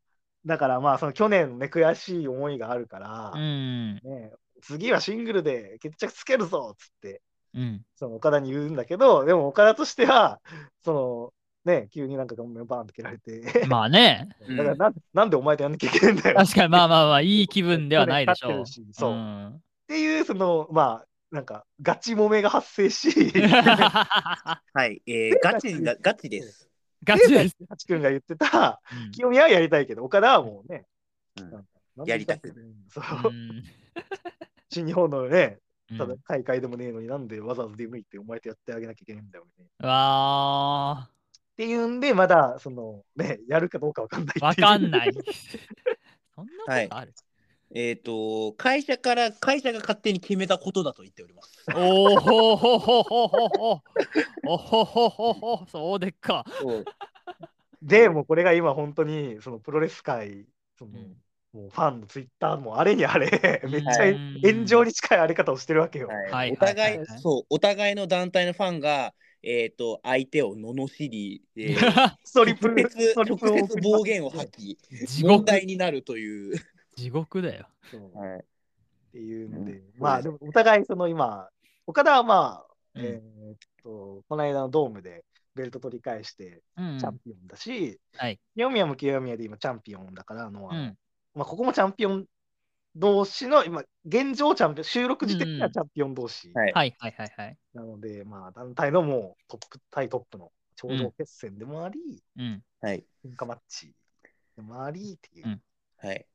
[SPEAKER 3] だからまあ、その去年のね、悔しい思いがあるから、
[SPEAKER 2] うん。
[SPEAKER 3] ね、次はシングルで決着つけるぞっつって、
[SPEAKER 2] うん。
[SPEAKER 3] その岡田に言うんだけど、でも岡田としては、その、ね、急になんか顔面バーンと蹴られて、
[SPEAKER 2] まあね。
[SPEAKER 1] うん
[SPEAKER 3] だからなんなんでお前とやんなきゃいけないんだよっ
[SPEAKER 2] 確かにまあまあまあ、いい気 分ではないでしょう。
[SPEAKER 3] 去年勝ってるしそうんていう、その、まあ、なんか、ガチ揉めが発 生し、
[SPEAKER 1] はいえーガチだガチです
[SPEAKER 2] ガチです。
[SPEAKER 3] ハチ君が言ってた、
[SPEAKER 2] うん
[SPEAKER 3] 清宮はやりたいけど、岡田はもうね、
[SPEAKER 1] うん
[SPEAKER 3] なんかなんで
[SPEAKER 1] やりたくな
[SPEAKER 3] そう、
[SPEAKER 2] うん
[SPEAKER 3] 新日本のね、
[SPEAKER 2] うん
[SPEAKER 3] ただ大会でもねえのになんでわざわざ出向いてお前とやってあげなきゃいけないんだよね。っ
[SPEAKER 2] わ
[SPEAKER 3] ていうんで、まだ、その、ね、やるかどうかわかんないってい
[SPEAKER 2] ー、
[SPEAKER 3] う
[SPEAKER 2] わかんない。そんな
[SPEAKER 1] は
[SPEAKER 2] こ
[SPEAKER 1] い
[SPEAKER 2] とある、
[SPEAKER 1] えっ、と会社から会社が勝手に決めたことだと言っております
[SPEAKER 2] おーほほほほほほおほほほほそうでっか。
[SPEAKER 1] そう
[SPEAKER 3] で、もうこれが今本当に、そのプロレス界、その、
[SPEAKER 2] うん
[SPEAKER 3] もうファンのツイッターもあれにあれ、 めっちゃ
[SPEAKER 2] うん
[SPEAKER 3] 炎 上に近いあれ方をしてるわけよ。
[SPEAKER 2] は
[SPEAKER 1] はいい、お互い、
[SPEAKER 2] はいはいはい
[SPEAKER 1] そうお互いの団体のファンが、えー、と相手を罵り、え ー
[SPEAKER 3] ストリ
[SPEAKER 1] 直
[SPEAKER 3] ップ、
[SPEAKER 1] 接
[SPEAKER 3] ストリップを
[SPEAKER 1] 直接暴言を吐き
[SPEAKER 2] 地
[SPEAKER 1] 問
[SPEAKER 2] 獄
[SPEAKER 1] 題になるという、
[SPEAKER 2] 地獄だよ。
[SPEAKER 3] そうっていうので、
[SPEAKER 1] うん
[SPEAKER 3] まあでもお互いその今、岡田はまあ、
[SPEAKER 2] うん
[SPEAKER 3] えーっと、この間のドームでベルト取り返して
[SPEAKER 2] うん
[SPEAKER 3] チャンピオンだし、
[SPEAKER 2] はい
[SPEAKER 3] 清宮も清宮で今チャンピオンだからの、
[SPEAKER 2] うん
[SPEAKER 3] まあここもチャンピオン同士の、今、現状チャンピオン、収録時点で
[SPEAKER 2] う
[SPEAKER 3] は
[SPEAKER 2] ん
[SPEAKER 3] チャンピオン同士
[SPEAKER 1] はい
[SPEAKER 2] はいはいはいはい。
[SPEAKER 3] なので、まあ団体のもうトップ対トップの頂
[SPEAKER 2] う
[SPEAKER 3] 上
[SPEAKER 2] ん
[SPEAKER 3] 決戦でもあり、
[SPEAKER 2] うん
[SPEAKER 1] はい
[SPEAKER 3] 文化マッチでもありっていうう。
[SPEAKER 2] ん
[SPEAKER 1] はい、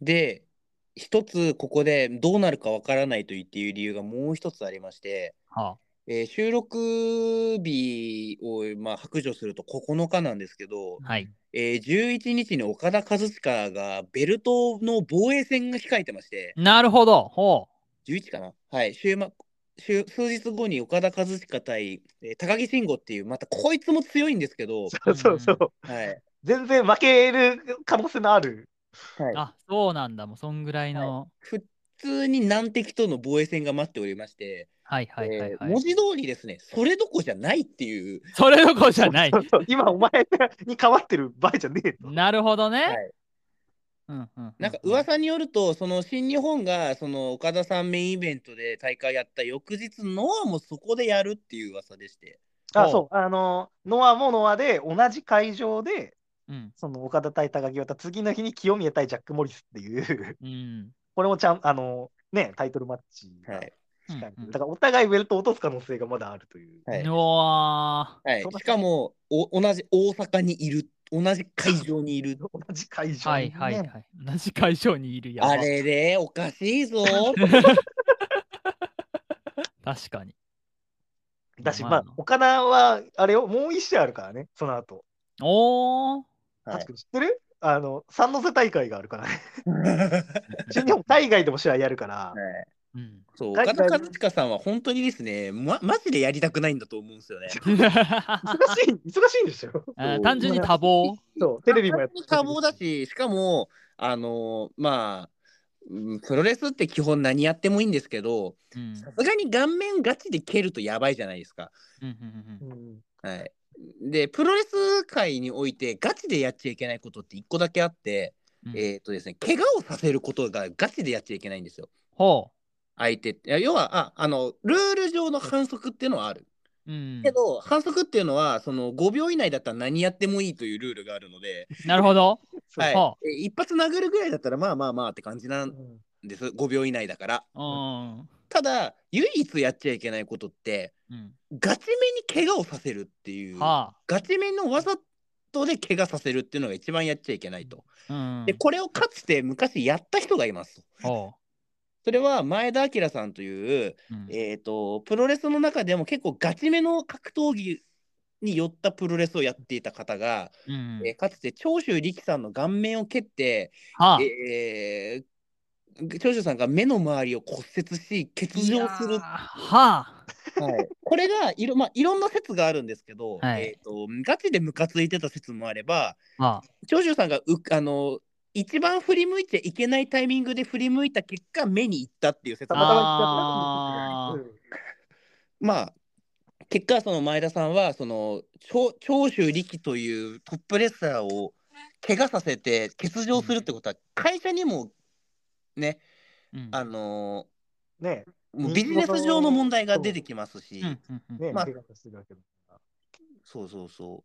[SPEAKER 1] で一つここでどうなるかわからないと言っている理由がもう一つありまして、
[SPEAKER 2] は
[SPEAKER 1] えー収録日を、まあ、白状すると9日なんですけど
[SPEAKER 2] あ、、はい。
[SPEAKER 1] えー11日に岡田和親がベルトの防衛戦が控えてまして、
[SPEAKER 2] なるほど。ほ
[SPEAKER 1] 11かなはい、週末週数日後に岡田和親対、えー高木慎吾っていう、またこ いつも強いんですけど、
[SPEAKER 3] そうそうそう。
[SPEAKER 1] はい、
[SPEAKER 3] 全然負ける可能性のある
[SPEAKER 1] はい
[SPEAKER 2] あ、そうなんだ。もうそんぐらいの。
[SPEAKER 1] 普通に難敵との防衛戦が待っておりまして、
[SPEAKER 2] はいはいはい
[SPEAKER 1] え
[SPEAKER 2] は
[SPEAKER 1] ー
[SPEAKER 2] い。
[SPEAKER 1] 文字通りですね、それどこじゃないっていう、
[SPEAKER 2] それどころじゃない
[SPEAKER 3] そ。うそう今、お前に変わってる場合じゃねえと。
[SPEAKER 2] なるほどね。
[SPEAKER 1] はい
[SPEAKER 2] うんうん。
[SPEAKER 1] なんか噂によると、その新日本がその岡田さんメインイベントで大会やった翌日、ノアもそこでやるっていう噂でして、
[SPEAKER 3] あ、そう。あの、ノアもノアで、同じ会場で、
[SPEAKER 2] うん。
[SPEAKER 3] その岡田対高木渡、次の日に清宮対ジャック・モリスっていう、
[SPEAKER 2] うん。
[SPEAKER 3] これもちゃん、あの、ね、タイトルマッチが
[SPEAKER 1] はい
[SPEAKER 3] 控えて
[SPEAKER 2] うんうん
[SPEAKER 3] るだから、お互いベルトを落とす可能性がまだあるという。
[SPEAKER 1] はいう
[SPEAKER 2] わ
[SPEAKER 1] はい
[SPEAKER 3] そう、だ
[SPEAKER 1] しかもお同じ大阪にいる、同じ会場にいる。
[SPEAKER 3] 同じ会
[SPEAKER 2] ー
[SPEAKER 3] 場
[SPEAKER 2] は
[SPEAKER 3] に
[SPEAKER 2] い
[SPEAKER 3] ね
[SPEAKER 2] はいはい。同じ会場にいるやば
[SPEAKER 1] あれれ、おかしいぞ。
[SPEAKER 2] 確かに。
[SPEAKER 3] だし、
[SPEAKER 2] まあ
[SPEAKER 3] まあ、岡田は、あれをもう一試合あるからね、その後。
[SPEAKER 2] おー。
[SPEAKER 1] はい
[SPEAKER 3] 確かに知ってるあの、三ノ瀬大会があるからね。新日本海外でも試合やるから、
[SPEAKER 1] はい
[SPEAKER 2] うん。
[SPEAKER 1] そう、
[SPEAKER 3] 海
[SPEAKER 1] 岡
[SPEAKER 3] 外
[SPEAKER 1] 田和親さんは本当にですね、ま、マジでやりたくないんだと思うんですよね。
[SPEAKER 2] あ
[SPEAKER 3] 忙しい、忙しいんですよ。
[SPEAKER 2] ー単純に多忙。
[SPEAKER 3] そう、テレビもやって
[SPEAKER 1] 単純に多忙だし、しかも、あのまあ、うんプロレスって基本何やってもいいんですけど、
[SPEAKER 2] うん
[SPEAKER 1] さすがに顔面ガチで蹴るとやばいじゃないですか。
[SPEAKER 2] うんうん
[SPEAKER 3] う
[SPEAKER 2] うん
[SPEAKER 3] ん
[SPEAKER 1] はい。で、プロレス界においてガチでやっちゃいけないことって一個だけあって、
[SPEAKER 2] うん
[SPEAKER 1] えっ、とですね、怪我をさせることがガチでやっちゃいけないんですよ。
[SPEAKER 2] ほ
[SPEAKER 1] 相手って。いや要は、あ、あの、ルール上の反則っていうのはある。
[SPEAKER 2] う。うん
[SPEAKER 1] け。ど、反則っていうのは、その5秒以内だったら何やってもいいというルールがあるので、
[SPEAKER 2] なるほど。
[SPEAKER 3] そう
[SPEAKER 1] はい
[SPEAKER 2] は
[SPEAKER 1] え一発殴るぐらいだったら、まあまあまあって感じなん
[SPEAKER 3] うん
[SPEAKER 1] です、5秒以内だから。
[SPEAKER 2] うん。
[SPEAKER 1] ただ、唯一やっちゃいけないことって、
[SPEAKER 2] うん。
[SPEAKER 1] ガチめに怪我をさせるっていう、
[SPEAKER 2] は
[SPEAKER 1] ガチめのわざとで怪我させるっていうのが一番やっちゃいけないと。
[SPEAKER 2] あ。うん
[SPEAKER 1] で、。これをかつて昔やった人がいます。
[SPEAKER 2] ほ
[SPEAKER 1] それは前田明さんという、
[SPEAKER 2] う。うん
[SPEAKER 1] えー、とプロレスの中でも結構ガチめの格闘技に寄ったプロレスをやっていた方が、
[SPEAKER 2] うん
[SPEAKER 1] えーかつて長州力さんの顔面を蹴って、
[SPEAKER 2] はあ。
[SPEAKER 1] えー長州さんが目の周りを骨折し欠場す
[SPEAKER 2] い
[SPEAKER 1] る
[SPEAKER 2] やー、は
[SPEAKER 1] はいこれがいろ,、まあ、いろんな説があるんですけど、
[SPEAKER 2] はい
[SPEAKER 1] えー、とガチでムカついてた説もあれば
[SPEAKER 2] あ。はあ。
[SPEAKER 1] 長州さんがうあの一番振り向いちゃいけないタイミングで振り向いた結果目に行ったっていう説
[SPEAKER 3] た
[SPEAKER 1] も
[SPEAKER 3] またま
[SPEAKER 2] あ
[SPEAKER 3] 行っちゃっ
[SPEAKER 1] まあ結果その前田さんはその長長州力というトップレスラーを怪我させて欠場するってことは会社にもね
[SPEAKER 2] うん
[SPEAKER 1] あの
[SPEAKER 3] たね
[SPEAKER 1] ーもうビジネス上の問題が出てきますし、
[SPEAKER 2] うんうんうん
[SPEAKER 3] ね
[SPEAKER 1] まあ
[SPEAKER 3] 怪我してるわけだから
[SPEAKER 1] そうそうそ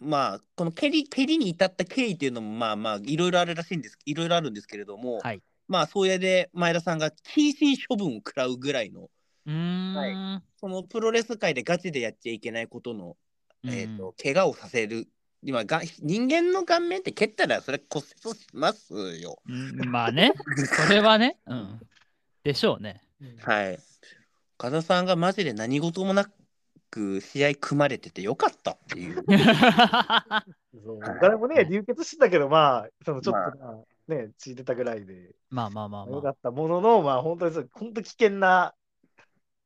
[SPEAKER 1] うまあこの蹴り蹴りに至った経緯っていうのもまあまあいろいろあるらしいんですいろいろあるんですけれども、
[SPEAKER 2] はい
[SPEAKER 1] まあそれで前田さんが謹慎処分を食らうぐらいの
[SPEAKER 2] うーん。
[SPEAKER 1] はいそのプロレス界でガチでやっちゃいけないことの
[SPEAKER 2] うん
[SPEAKER 1] えー、と怪我をさせる今が人間の顔面って蹴ったらそれ骨折しますよ。
[SPEAKER 2] うんまあね、それはね、うん。でしょうね。
[SPEAKER 1] はい。岡田さんがマジで何事もなく試合組まれててよかったっていう。
[SPEAKER 3] そう誰もね、流血してたけど、まあ、そのちょっとな、ね、血出たぐらいで、
[SPEAKER 2] まあまあまあ
[SPEAKER 3] よ
[SPEAKER 2] ま
[SPEAKER 3] か
[SPEAKER 2] あ。
[SPEAKER 3] ったものの、まあ、本当にそう、本当危険な、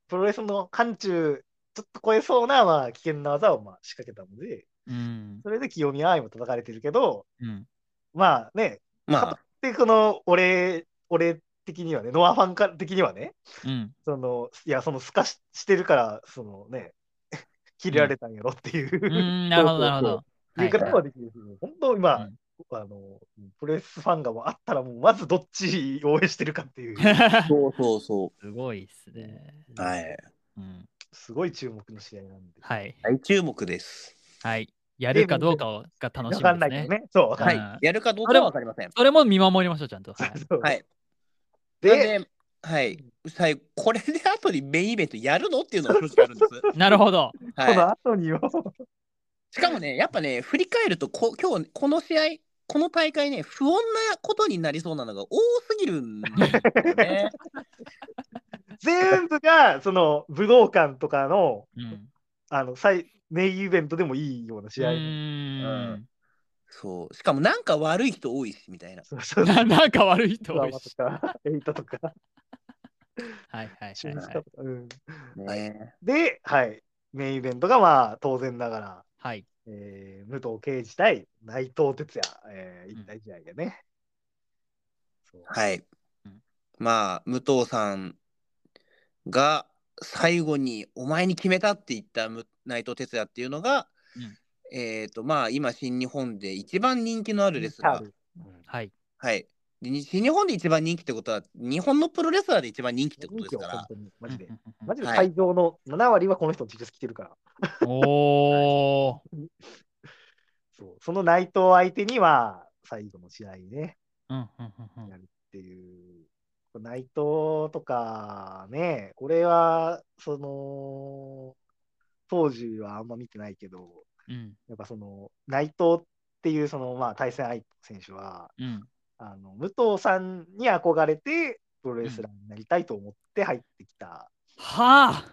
[SPEAKER 3] プロレスの範疇、ちょっと超えそうな、まあ、危険な技をまあ仕掛けたので、
[SPEAKER 2] うん。
[SPEAKER 3] それで清宮愛も叩かれてるけど、
[SPEAKER 2] うん。
[SPEAKER 3] まあね、
[SPEAKER 1] まあ、
[SPEAKER 3] で、この俺、俺的にはね、ノアファンから的にはね、
[SPEAKER 2] うん。
[SPEAKER 3] その、いや、その、すかししてるから、そのね、 切れられたんやろっていう、
[SPEAKER 2] うーん、なるほど、なるほど。
[SPEAKER 3] 言い方
[SPEAKER 2] は
[SPEAKER 3] はできるけど、本当今、
[SPEAKER 2] うん
[SPEAKER 3] あの、プロレスファンがもうあったら、もうまずどっち応援してるかって いう、
[SPEAKER 2] いはい
[SPEAKER 1] そうそうそ
[SPEAKER 2] すごいっすね。
[SPEAKER 1] う。はい。
[SPEAKER 2] うん。
[SPEAKER 3] すごい注目の試合なんで。
[SPEAKER 2] はい。
[SPEAKER 1] 大注目です。
[SPEAKER 2] はい。やるかどうかをが楽
[SPEAKER 3] わ
[SPEAKER 2] し
[SPEAKER 3] か
[SPEAKER 2] み
[SPEAKER 3] んな
[SPEAKER 2] で
[SPEAKER 3] いけ
[SPEAKER 2] す
[SPEAKER 3] ど
[SPEAKER 2] ね。
[SPEAKER 3] ね。そう、わかん
[SPEAKER 1] は
[SPEAKER 3] ない。
[SPEAKER 1] い
[SPEAKER 2] うん。
[SPEAKER 1] やるかどうかは分かりません。
[SPEAKER 2] それも見守りましょう、ちゃんと。はい
[SPEAKER 3] そう
[SPEAKER 1] はい。なん
[SPEAKER 3] で、
[SPEAKER 1] で、はい。最後これで後にメインイベントやるのっていうのが正直あるんです。
[SPEAKER 2] なるほど。
[SPEAKER 3] こ
[SPEAKER 1] はい。
[SPEAKER 3] の後によ、
[SPEAKER 1] しかもね、やっぱね、振り返るとこ、今日、この試合、この大会ね、不穏なことになりそうなのが多すぎるんですよ ね。
[SPEAKER 3] 全部が、その、武道館とかの、
[SPEAKER 2] うん。
[SPEAKER 3] あの、最、メインイベントでもいいような
[SPEAKER 2] う
[SPEAKER 3] 試合。
[SPEAKER 2] ーん。
[SPEAKER 1] そう。しかもなんか悪い人多いし、みたいな。
[SPEAKER 3] そうそうそう
[SPEAKER 2] ななんか悪い人
[SPEAKER 3] ド
[SPEAKER 2] 多
[SPEAKER 3] ラ
[SPEAKER 2] い
[SPEAKER 3] マと
[SPEAKER 2] し。
[SPEAKER 3] か、エイトとか、
[SPEAKER 2] はいはい
[SPEAKER 3] 中
[SPEAKER 2] はい、
[SPEAKER 3] 日
[SPEAKER 2] は
[SPEAKER 3] とか
[SPEAKER 2] い。
[SPEAKER 3] うん
[SPEAKER 1] ね
[SPEAKER 3] で、はい、メインイベントがまあ当然ながら
[SPEAKER 2] はい。
[SPEAKER 3] えー武藤敬司対内藤哲也、えー、一体試合でね。そう
[SPEAKER 1] はい
[SPEAKER 2] うん。
[SPEAKER 1] まあ、武藤さんが最後に「お前に決めた」って言ったむ内藤哲也っていうのが、
[SPEAKER 2] うん
[SPEAKER 1] えっ、とまあ今新日本で一番人気のあるレスラー。
[SPEAKER 2] はい。
[SPEAKER 1] はい。でに新日本で一番人気ってことは日本のプロレスラーで一番人気ってこと
[SPEAKER 3] 人
[SPEAKER 1] で
[SPEAKER 3] 気
[SPEAKER 1] す
[SPEAKER 3] を
[SPEAKER 1] か
[SPEAKER 3] 本
[SPEAKER 1] ら。
[SPEAKER 3] 当に、マジで
[SPEAKER 2] う。んうんうん
[SPEAKER 3] マジで会場の7割はこの人の T シャツ着てるから。
[SPEAKER 2] おー。
[SPEAKER 3] そうその内藤相手には最後の試合ね
[SPEAKER 2] うんうんうんうん
[SPEAKER 3] っていう。内藤とかね、俺はその当時はあんま見てないけど、
[SPEAKER 2] うん
[SPEAKER 3] やっぱその内藤っていうそのまあ対戦相手選手は
[SPEAKER 2] うん
[SPEAKER 3] あの武藤さんに憧れてプロレスラーになりたいと思って入ってきた
[SPEAKER 2] はあ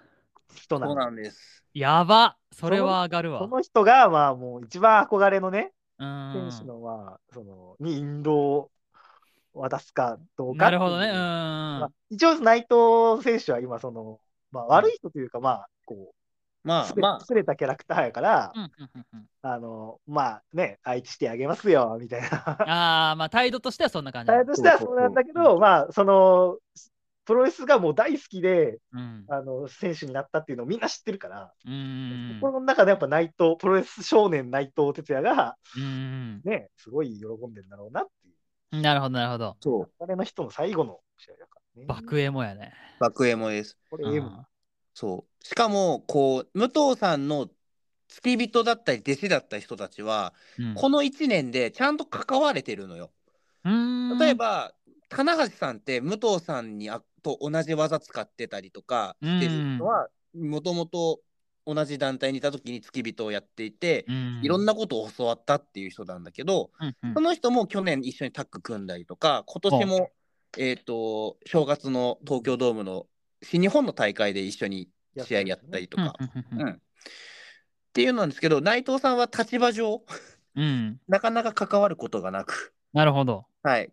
[SPEAKER 3] 人な
[SPEAKER 1] そ
[SPEAKER 3] の
[SPEAKER 1] うなんです。
[SPEAKER 2] やばそれは上がるわ。
[SPEAKER 3] その人がまあもう一番憧れのね
[SPEAKER 2] うん
[SPEAKER 3] 選手のまあそのに引導を渡すかどう
[SPEAKER 2] な
[SPEAKER 3] かってい
[SPEAKER 2] る
[SPEAKER 3] う
[SPEAKER 2] ほどね。うん
[SPEAKER 3] ま
[SPEAKER 2] うんう
[SPEAKER 3] あ
[SPEAKER 2] ん。、
[SPEAKER 3] 一応内藤選手は今その、まあ、悪い人というか、まあこう
[SPEAKER 1] まあ
[SPEAKER 3] すれ,、
[SPEAKER 1] まあ
[SPEAKER 3] すれたキャラクターやから、
[SPEAKER 2] うんうんうんうん
[SPEAKER 3] あのまあね愛知してあげますよみたいな。
[SPEAKER 2] ああ、まあ態度としてはそんな感じ。
[SPEAKER 3] 大変としてはそうなんだけど、まあそのプロレスがもう大好きで
[SPEAKER 2] うん。
[SPEAKER 3] あの選手になったっていうのをみんな知ってるから、
[SPEAKER 2] うんうんうん
[SPEAKER 3] 心の中でやっぱ内藤プロレス少年内藤哲也が
[SPEAKER 2] うん
[SPEAKER 3] ねすごい喜んでるんだろうなっていう。
[SPEAKER 2] うん。なるほど、なるほど。
[SPEAKER 1] そう
[SPEAKER 3] あれの人の最後の試合だからね。
[SPEAKER 2] 爆エモやね。
[SPEAKER 1] 爆エモです。
[SPEAKER 3] こ
[SPEAKER 2] う
[SPEAKER 3] れ M
[SPEAKER 2] ん
[SPEAKER 1] そうしかもこう武藤さんの付き人だったり弟子だった人たちは、
[SPEAKER 2] うん
[SPEAKER 1] この1年でちゃんと関われてるのよ。
[SPEAKER 2] うーん
[SPEAKER 1] 例え、ば、棚橋さんって武藤さんにあと同じ技使ってたりとかしてるのはもともと同じ団体にいた時に付き人をやっていて、いろん
[SPEAKER 2] な、
[SPEAKER 1] なことを教わったっていう人なんだけど、
[SPEAKER 2] うんうん
[SPEAKER 1] その人も去年一緒にタッグ組んだりとか今年も、えっと正月の東京ドームの新日本の大会で一緒に試合やったりとか。
[SPEAKER 2] うん
[SPEAKER 1] うんっていうのなんですけど内藤さんは立場上
[SPEAKER 2] うんうん。
[SPEAKER 1] なかなか関わることがなく。
[SPEAKER 2] なるほど。
[SPEAKER 1] はい。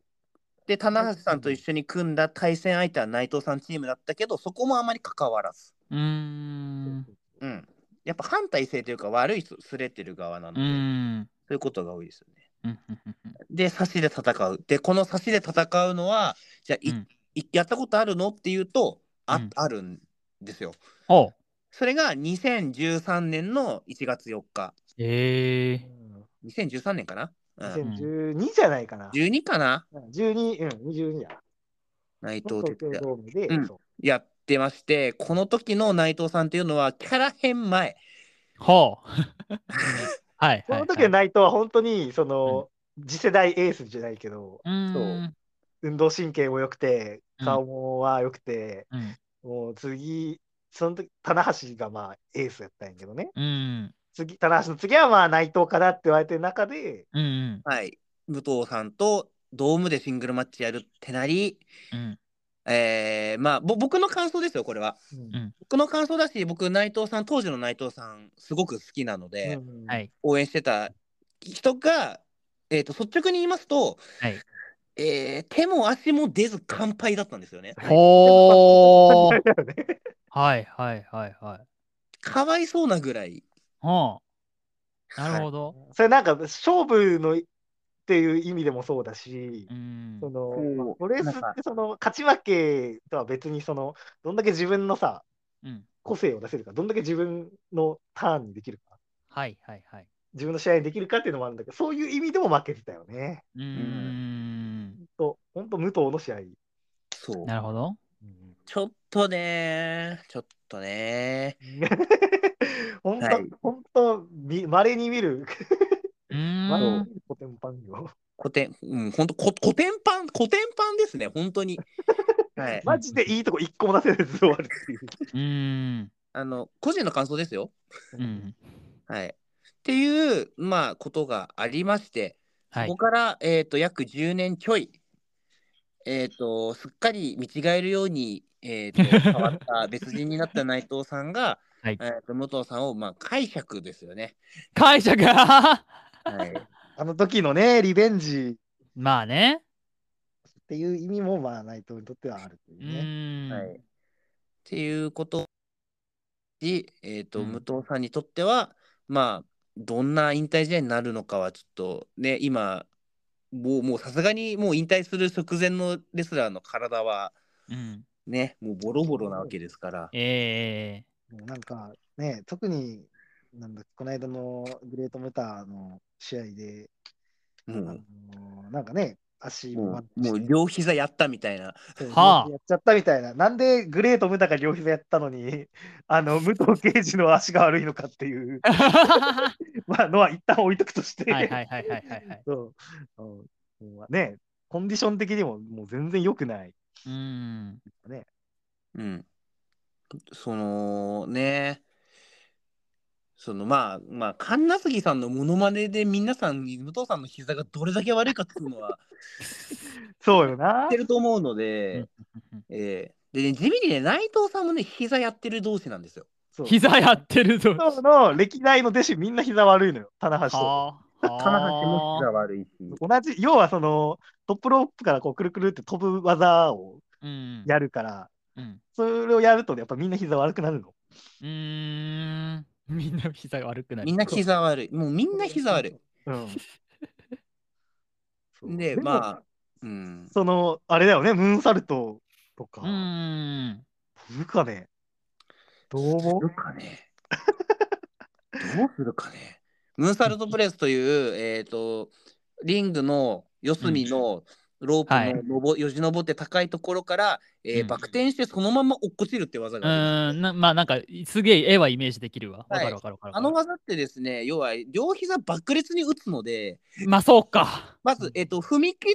[SPEAKER 1] で、棚橋さんと一緒に組んだ対戦相手は内藤さんチームだったけど、そこもあまり関わらず。
[SPEAKER 2] うーん。
[SPEAKER 1] うん。やっぱ反体制というか、悪いすすれてる側なの
[SPEAKER 2] う
[SPEAKER 1] で、
[SPEAKER 2] ん。
[SPEAKER 1] そういうことが多いですよね。
[SPEAKER 2] うんうんうんうん
[SPEAKER 1] で、差しで戦う。で、この差しで戦うのは、じゃあ、い
[SPEAKER 2] うん
[SPEAKER 1] いやったことあるのっていうと、あ,、
[SPEAKER 2] うん
[SPEAKER 1] あるんですよ。
[SPEAKER 2] おう
[SPEAKER 1] それが2013年の1月4日。
[SPEAKER 2] ええ
[SPEAKER 3] う
[SPEAKER 1] 2013年かな、うん、
[SPEAKER 3] ん2012じゃないかな。
[SPEAKER 1] ?12 かな
[SPEAKER 3] 12、うん、22や。
[SPEAKER 1] 内藤哲
[SPEAKER 3] 東京
[SPEAKER 1] 也。
[SPEAKER 3] ドームで、
[SPEAKER 1] うん
[SPEAKER 3] そう
[SPEAKER 1] やってまして、この時の内藤さんっていうのは、キャラ変前。
[SPEAKER 2] ほう。はい。
[SPEAKER 3] この時
[SPEAKER 2] は
[SPEAKER 3] の
[SPEAKER 2] いはい
[SPEAKER 3] 内藤は本当に、その、次世代エースじゃないけど、
[SPEAKER 2] うーん
[SPEAKER 1] そう
[SPEAKER 3] 運動神経も良くて、
[SPEAKER 2] うん
[SPEAKER 3] 顔もは良くて、
[SPEAKER 2] うん
[SPEAKER 3] もう次、その時、棚橋がまあエースやったんやけどね。
[SPEAKER 2] うん。
[SPEAKER 3] 次、棚橋の次はまあ内藤かなって言われてる中で、
[SPEAKER 2] うんうん。
[SPEAKER 1] はい。武藤さんとドームでシングルマッチやるってなり、
[SPEAKER 2] うん。
[SPEAKER 1] えー、まあ、ぼ僕の感想ですよ、これは。
[SPEAKER 3] うん
[SPEAKER 2] うん
[SPEAKER 1] 僕の感想だし、僕、内藤さん、当時の内藤さん、すごく好きなので、
[SPEAKER 3] うん
[SPEAKER 2] はい。
[SPEAKER 1] 応援してた人が、えー、と率直に言いますと、
[SPEAKER 2] はい
[SPEAKER 1] えー手も足も出ず完敗だったんですよね。
[SPEAKER 2] ほ う。
[SPEAKER 3] だよね
[SPEAKER 2] はいはいはいはい。
[SPEAKER 1] かわいそうなぐらい。
[SPEAKER 2] ほう。なる
[SPEAKER 1] は
[SPEAKER 2] ほど。
[SPEAKER 3] それなんか勝負のっていう意味でもそうだし、
[SPEAKER 2] うん。
[SPEAKER 3] その
[SPEAKER 1] うん
[SPEAKER 3] まあプロレスっ
[SPEAKER 1] なんか
[SPEAKER 3] てその勝ち負けとは別にそのどんだけ自分のさ
[SPEAKER 2] うん。
[SPEAKER 3] 個性を出せるかどんだけ自分のターンにできるか
[SPEAKER 2] はいはいはい。
[SPEAKER 3] 自分の試合にできるかっていうのもあるんだけどそういう意味でも負けてたよね。
[SPEAKER 2] うーん。
[SPEAKER 3] と本当武藤の試合。
[SPEAKER 1] そう
[SPEAKER 2] なるほど。
[SPEAKER 1] ちょっとねちょっとね
[SPEAKER 3] 本当、
[SPEAKER 1] はい
[SPEAKER 3] 本当み稀に見る
[SPEAKER 2] うー
[SPEAKER 3] 稀に
[SPEAKER 2] ん
[SPEAKER 3] 見。るコテンパンよ。
[SPEAKER 1] 古典、うん、本当こ古典版、古典版ですね、本当 に。はい。
[SPEAKER 3] マジでいいとこ一個も出せず終わるっていう。
[SPEAKER 2] うーん。
[SPEAKER 1] あの、個人の感想ですよ。
[SPEAKER 2] うん。
[SPEAKER 1] はい。っていう、まあ、ことがありまして、
[SPEAKER 2] は
[SPEAKER 1] こ
[SPEAKER 2] い
[SPEAKER 1] こ。から、えっ、と、約10年ちょい、えっ、と、すっかり見違えるように、えっ、 と、変わった別人になった内藤さんが、
[SPEAKER 2] はい
[SPEAKER 1] えーと武藤さんを、まあ、解釈ですよね。
[SPEAKER 2] 解釈
[SPEAKER 1] はい。
[SPEAKER 3] あの時のねリベンジ
[SPEAKER 2] まあね。
[SPEAKER 3] っていう意味もまあ内藤にとってはあるといううね。
[SPEAKER 2] ーん。
[SPEAKER 1] はい、っていうことし、えーと
[SPEAKER 2] うん
[SPEAKER 1] 武藤さんにとってはまあどんな引退試合になるのかはちょっとね、今、もうもうさすがにもう引退する直前のレスラーの体は
[SPEAKER 2] うん。
[SPEAKER 1] ね、もうボロボロなわけですから。
[SPEAKER 2] ええ
[SPEAKER 3] もうなんかね、特に、なんだこの間のグレートメタの試合で、
[SPEAKER 1] も
[SPEAKER 3] あ
[SPEAKER 1] う
[SPEAKER 3] のなんかね、足
[SPEAKER 1] もう
[SPEAKER 3] ま
[SPEAKER 1] も
[SPEAKER 3] あ
[SPEAKER 1] う両膝やったみたいな。
[SPEAKER 3] そう
[SPEAKER 2] はあ
[SPEAKER 3] 両膝やっちゃったみたいな。なんでグレート・ムタが両膝やったのに、あの、武藤刑事の足が悪いのかっていう、
[SPEAKER 2] ー。は
[SPEAKER 3] まあ、のは一旦置いとくとして、
[SPEAKER 2] いはいはいはいはいはい。
[SPEAKER 3] そうあのもうね、コンディション的にももう全然良くない。
[SPEAKER 2] うん。
[SPEAKER 3] ね、
[SPEAKER 1] うん。そのね、そのまあまあ神奈月さんのモノマネで皆さん武藤さんの膝がどれだけ悪いかっていうの は
[SPEAKER 3] そうよ
[SPEAKER 1] 知
[SPEAKER 3] な
[SPEAKER 1] って。ると思うので、えーでね地味にね内藤さんもね膝やってる同士なんですよ。
[SPEAKER 3] そう
[SPEAKER 2] 膝やってるぞ。
[SPEAKER 3] そうの歴代の弟子みんな膝悪いのよ、棚橋と。
[SPEAKER 2] はあ。はあ
[SPEAKER 1] 金橋も膝悪いし。
[SPEAKER 3] 同じ、要はそのトップロープからこうくるくるって飛ぶ技を
[SPEAKER 2] うん。
[SPEAKER 3] やるから、
[SPEAKER 2] うん。
[SPEAKER 3] それをやるとやっぱみんな膝悪くなるの。
[SPEAKER 2] うーん。みんな膝が悪くなる。
[SPEAKER 1] みんな膝悪い。もうみんな膝悪い。
[SPEAKER 3] うん。そう
[SPEAKER 1] で、
[SPEAKER 3] も
[SPEAKER 1] まあ、うん。
[SPEAKER 3] その、あれだよね、ムーンサルトとか
[SPEAKER 2] う、ーん。
[SPEAKER 3] 飛ぶかね。どうも
[SPEAKER 1] どうかね。どうするかね。ムーンサルトプレスという、えっ、と、リングの四隅のロー
[SPEAKER 2] はい
[SPEAKER 1] プののぼ、よじ登って高いところから、えー
[SPEAKER 2] うん
[SPEAKER 1] バク転してそのまま落っこちるって技
[SPEAKER 2] う
[SPEAKER 1] がある。
[SPEAKER 2] ーん。なまあなんか、すげえ絵はイメージできるわ。わ
[SPEAKER 1] はい
[SPEAKER 2] かるわかるわかる。
[SPEAKER 1] あの技ってですね、要は両膝爆裂に打つので、
[SPEAKER 2] まあそうか。
[SPEAKER 1] まず、えっ、と、踏み切り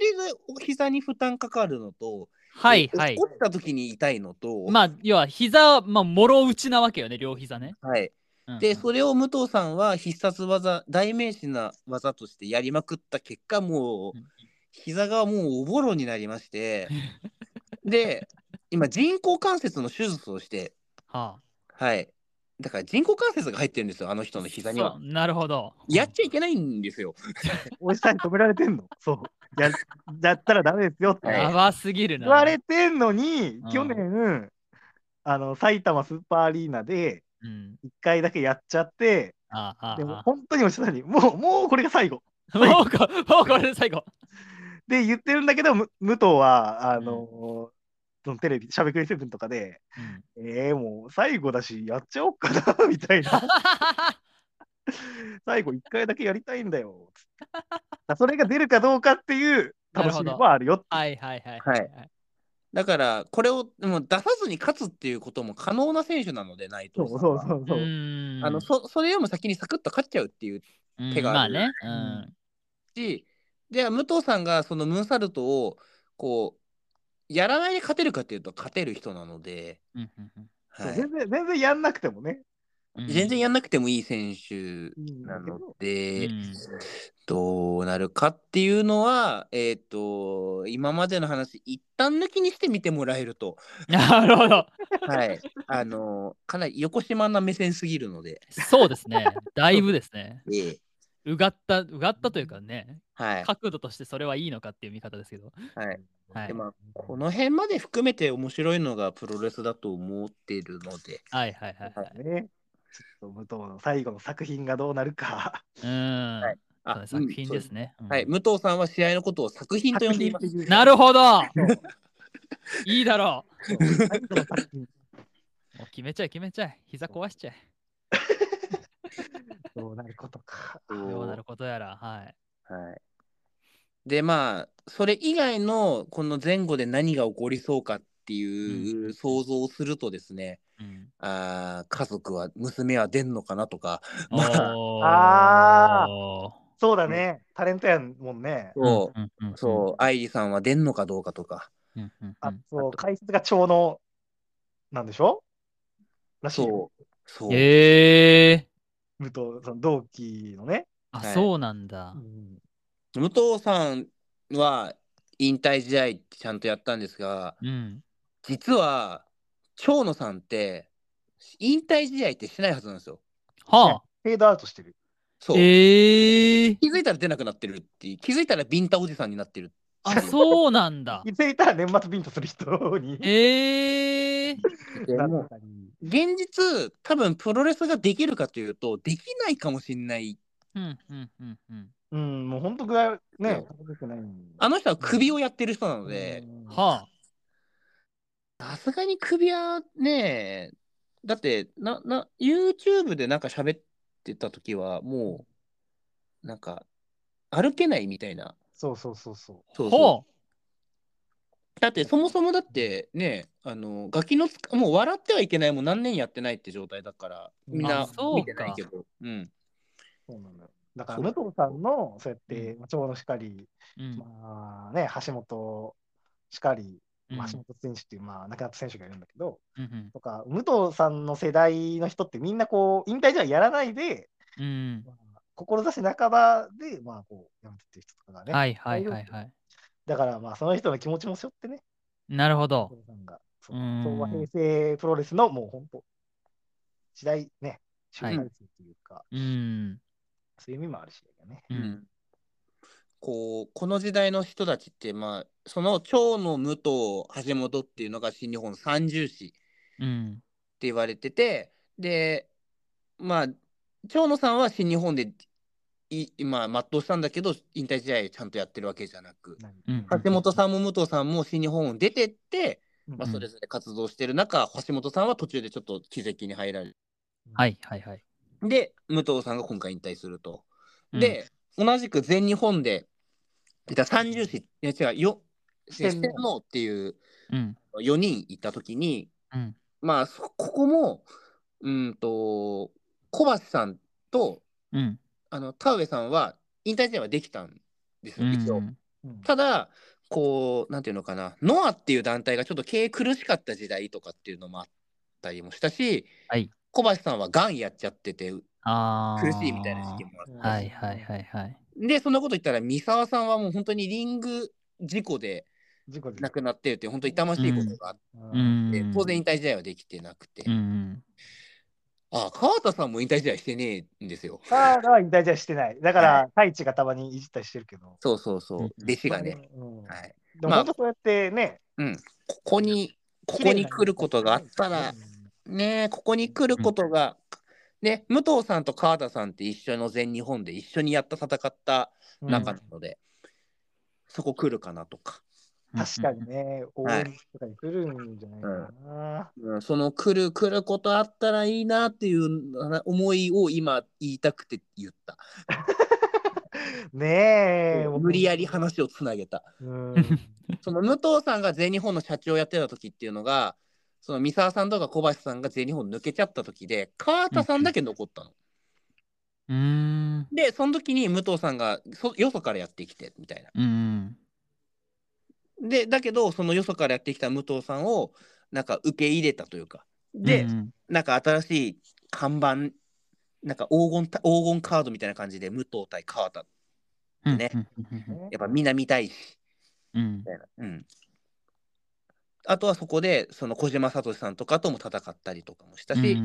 [SPEAKER 1] で膝に負担かかるのと、
[SPEAKER 2] はい
[SPEAKER 1] えー
[SPEAKER 2] はい
[SPEAKER 1] 落。っこった時に痛いのと、
[SPEAKER 2] まあ要は膝はまあもろ打ちなわけよね両膝ね。
[SPEAKER 1] はい。
[SPEAKER 2] うん
[SPEAKER 1] で、
[SPEAKER 2] うん
[SPEAKER 1] それを武藤さんは必殺技、代名詞な技としてやりまくった結果、もう
[SPEAKER 2] うん、
[SPEAKER 1] 膝がもうおぼろになりまして、で、今、人工関節の手術をして、
[SPEAKER 2] は
[SPEAKER 1] はい。だから人工関節が入ってるんですよ、あの人の
[SPEAKER 2] あ、
[SPEAKER 1] 膝には
[SPEAKER 2] そう。なるほど。
[SPEAKER 1] やっちゃいけないんですよ。
[SPEAKER 3] おじさんに止められてんの。そう。ややったらダメですよって
[SPEAKER 1] はい
[SPEAKER 2] やばすぎるな。
[SPEAKER 3] 言われてんのに
[SPEAKER 2] うん、
[SPEAKER 3] 去年、あの、埼玉スーパーアリーナで、
[SPEAKER 2] うん。
[SPEAKER 3] 一回だけやっちゃって、
[SPEAKER 2] あああ
[SPEAKER 3] でも
[SPEAKER 2] あ。
[SPEAKER 3] 本当におじさんに、もう、もうこれが最後。
[SPEAKER 2] もうこもうこれで最後。
[SPEAKER 3] で、言ってるんだけど、む武藤は、あの、そのテレビ、しゃべくりセブンとかで、
[SPEAKER 2] うん
[SPEAKER 3] えー、もう最後だし、やっちゃおうかな、みた いな。最後一回だけやりたいんだよ。つってそれが出るかどうかっていう楽しみもあるよ。
[SPEAKER 2] はいはいはい
[SPEAKER 1] はいだから、これをもう出さずに勝つっていうことも可能な選手なので、内
[SPEAKER 3] そう
[SPEAKER 1] 藤
[SPEAKER 3] そ
[SPEAKER 1] さは。
[SPEAKER 3] うんそう
[SPEAKER 2] う
[SPEAKER 3] そう。
[SPEAKER 2] ーん。
[SPEAKER 1] あのそそれよりも先にサクッと勝っちゃうっていう
[SPEAKER 2] うん
[SPEAKER 1] 手が
[SPEAKER 2] ま
[SPEAKER 1] あ
[SPEAKER 2] あ
[SPEAKER 1] る
[SPEAKER 2] ね。う。
[SPEAKER 3] うん
[SPEAKER 1] し、じゃあ武藤さんがそのムーンサルトをこうやらないで勝てるかっていうと勝てる人なので、
[SPEAKER 2] うんうんうん
[SPEAKER 1] は
[SPEAKER 3] 全
[SPEAKER 1] い、
[SPEAKER 3] 然全然やんなくてもね。
[SPEAKER 2] うん
[SPEAKER 1] 全然やんなくてもいい選手
[SPEAKER 3] いいん
[SPEAKER 1] な
[SPEAKER 3] だけ
[SPEAKER 1] の
[SPEAKER 3] ど
[SPEAKER 1] で、
[SPEAKER 2] うん
[SPEAKER 1] どうなるかっていうのは、えっ、と、今までの話、一旦抜きにして見てもらえる と、
[SPEAKER 2] なるほど。
[SPEAKER 1] はい、あの、かなり横島な目線すぎるので、
[SPEAKER 2] そうですね。だいぶですね。
[SPEAKER 1] ええ
[SPEAKER 2] うがった、うがったというかね、
[SPEAKER 1] はい、
[SPEAKER 2] 角度としてそれはいいのかっていう見方ですけど。
[SPEAKER 1] はい。
[SPEAKER 2] は
[SPEAKER 1] で
[SPEAKER 2] い。
[SPEAKER 1] まあ、この辺まで含めて面白いのがプロレスだと思ってるので、
[SPEAKER 2] はいはいはいはい。
[SPEAKER 3] ね。ちょっと武藤の最後の作品がどうなるか。
[SPEAKER 2] うーん。
[SPEAKER 1] はい
[SPEAKER 2] そうね作品ですね。うん
[SPEAKER 1] はい、武藤さんは試合のことを作品と呼んでいます。
[SPEAKER 2] なるほどいいだろ
[SPEAKER 3] そう最後の作品
[SPEAKER 2] うもう決めちゃえ決めちゃえ膝壊しちゃえ
[SPEAKER 3] どうなることか。
[SPEAKER 2] どうなることやらはい
[SPEAKER 1] はい、でまあそれ以外のこの前後で何が起こりそうかっていうう想像をするとですね、
[SPEAKER 2] うん、
[SPEAKER 1] あー家族は娘は出んのかなとか、
[SPEAKER 2] おー
[SPEAKER 3] あそうだね。タレントやもんね。
[SPEAKER 1] そう
[SPEAKER 2] うんうんうん
[SPEAKER 1] そう愛梨さんは出んのかどうかとか、
[SPEAKER 2] うんうんう
[SPEAKER 3] あ
[SPEAKER 2] ん
[SPEAKER 3] そう解説が超能なんでしょらしいよ。
[SPEAKER 1] そうそう、
[SPEAKER 2] へえ
[SPEAKER 3] 武藤その同期のね。
[SPEAKER 2] あ、
[SPEAKER 1] はい
[SPEAKER 2] そうなんだ
[SPEAKER 3] うん
[SPEAKER 1] 武藤さんは引退試合ちゃんとやったんですが
[SPEAKER 2] うん
[SPEAKER 1] 実は長野さんって引退試合ってしてないはずなんですよ。
[SPEAKER 2] は
[SPEAKER 3] フェードアウトしてる。
[SPEAKER 2] あ
[SPEAKER 1] そう
[SPEAKER 2] ええ
[SPEAKER 1] 気づいたら出なくなってるっていう気づいたらビンタおじさんになってる
[SPEAKER 2] あそうなんだ
[SPEAKER 3] いついたら年末ビンタする人に。
[SPEAKER 2] ええ
[SPEAKER 1] で
[SPEAKER 3] な
[SPEAKER 1] も
[SPEAKER 3] ったり
[SPEAKER 1] 現実多分プロレスができるかというとできないかもしれない
[SPEAKER 2] うんうんうんうん。
[SPEAKER 3] うん、もう本当具合、ね、高くない
[SPEAKER 1] あの人は首をやってる人なので、
[SPEAKER 3] うん
[SPEAKER 2] はあ。
[SPEAKER 1] さすがに首はね、だって、な、な、YouTube でなんか喋ってた時は、もう、なんか、歩けないみたいな。
[SPEAKER 3] そうそうそうそ
[SPEAKER 1] そうそう
[SPEAKER 2] ほ
[SPEAKER 1] だって、そもそもだって、ね、あの、ガキのつか、もう笑ってはいけない、もう何年やってないって状態だから、みん
[SPEAKER 2] あ
[SPEAKER 1] な
[SPEAKER 2] そうか
[SPEAKER 1] 見てないけど、うん。
[SPEAKER 3] う。そうなんだよだから
[SPEAKER 1] そ
[SPEAKER 3] 武
[SPEAKER 1] う
[SPEAKER 3] 藤さんの、そうやって、まあ長野しかり、
[SPEAKER 2] う。うん。
[SPEAKER 3] まあね、橋本しかり、
[SPEAKER 2] うん
[SPEAKER 3] まあ橋本選手っていう、まあ、亡くなった選手がいるんだけど、
[SPEAKER 2] うん
[SPEAKER 3] とか、武藤さんの世代の人ってみんなこう、引退じゃやらないで、
[SPEAKER 2] うん。
[SPEAKER 3] まあ、志半ばで、まあ、こう、やめてっていう人とかが
[SPEAKER 2] うん
[SPEAKER 3] ね。
[SPEAKER 2] はいはいはいはい。
[SPEAKER 3] だから、まあ、その人の気持ちも背負ってね、
[SPEAKER 2] なるほ
[SPEAKER 3] 武
[SPEAKER 2] ど。
[SPEAKER 3] 藤さんが、そう
[SPEAKER 2] うん
[SPEAKER 3] 昭和平成プロレスの、もう本当、時代ね、集
[SPEAKER 2] はい
[SPEAKER 3] 大成というか、
[SPEAKER 2] うん。
[SPEAKER 3] そういう意味もあるしね。
[SPEAKER 2] う。
[SPEAKER 1] うんんこうこの時代の人たちってまあその長野武藤橋本っていうのが新日本三重士って
[SPEAKER 2] うん。
[SPEAKER 1] 言われててでまあ長野さんは新日本でい今全うしたんだけど引退試合ちゃんとやってるわけじゃなく
[SPEAKER 2] うん
[SPEAKER 1] 橋本さんも武藤さんも新日本を出てって、まあ、それ
[SPEAKER 3] す。
[SPEAKER 1] ぞれ活動してる中橋本さんは途中でちょっと奇跡に入られ
[SPEAKER 2] はいはいはい。
[SPEAKER 1] で、武藤さんが今回引退すると。
[SPEAKER 2] うん
[SPEAKER 1] で、同じく全日本で、いた三重市、いや違う、よ、
[SPEAKER 3] 四天王
[SPEAKER 1] 四天王っていう
[SPEAKER 2] うん。
[SPEAKER 1] 4人いたときに、
[SPEAKER 2] うん。
[SPEAKER 1] まあ、そここも、うーんと、小橋さんと、
[SPEAKER 2] うん。
[SPEAKER 1] あの、田上さんは、引退試合はできたんです
[SPEAKER 2] う
[SPEAKER 1] よ、一応。
[SPEAKER 2] ん。
[SPEAKER 3] うん
[SPEAKER 1] ただ、こう、なんていうのかな、ノアっていう団体がちょっと経営苦しかった時代とかっていうのもあったりもしたし、
[SPEAKER 2] はい
[SPEAKER 1] 小橋さんはがんやっちゃってて、
[SPEAKER 2] ああ。
[SPEAKER 1] 苦しいみたいな時期もあって。
[SPEAKER 2] はいはいはいはい。
[SPEAKER 1] で、そんなこと言ったら、三沢さんはもう本当にリング事故で
[SPEAKER 3] 事故で
[SPEAKER 1] 亡くなってるっていう、本当痛ましいことがあっ
[SPEAKER 2] う
[SPEAKER 1] て、
[SPEAKER 2] ん。
[SPEAKER 1] 当然引退試合はできてなくて、
[SPEAKER 2] うん。
[SPEAKER 1] ああ、川田さんも引退試合してねえんですよ。
[SPEAKER 3] カードは引退じゃしてない。だから、太一がたまにいじったりしてるけど。
[SPEAKER 1] そうそうそうう、
[SPEAKER 2] ん
[SPEAKER 1] 弟子がね。
[SPEAKER 3] うん
[SPEAKER 1] はい、
[SPEAKER 3] でも
[SPEAKER 1] まあ
[SPEAKER 3] 本当そうやってね、
[SPEAKER 1] ここに、ここに来ることがあったら
[SPEAKER 3] う、ん
[SPEAKER 1] ねえここに来ることが、ね、武藤さんと川田さんって一緒の全日本で一緒にやった、戦った中なので、そこ来るかなとか。
[SPEAKER 3] 確かに。ね、応
[SPEAKER 1] はい
[SPEAKER 3] 援とかに来るんじゃないかな。
[SPEAKER 1] うんその来る来ることあったらいいなっていう思いを今言いたくて言った。
[SPEAKER 3] ねえ、
[SPEAKER 1] 無理やり話をつなげた。
[SPEAKER 3] うん。
[SPEAKER 1] その武藤さんが全日本の社長をやってた時っていうのが、その三沢さんとか小橋さんが全日本抜けちゃった時で、川田さんだけ残ったの。
[SPEAKER 2] うん。
[SPEAKER 1] で、その時に武藤さんがそよそからやってきてみたいな。
[SPEAKER 2] うん。
[SPEAKER 1] で、だけど、そのよそからやってきた武藤さんをなんか受け入れたというか。で、なんか新しい看板、なんか黄金た黄金カードみたいな感じで、武藤対川田。やっぱみんな見たいし、
[SPEAKER 2] うん
[SPEAKER 1] み。たいな。うん。あとはそこで、その小島聡さんとかとも戦ったりとかもしたし、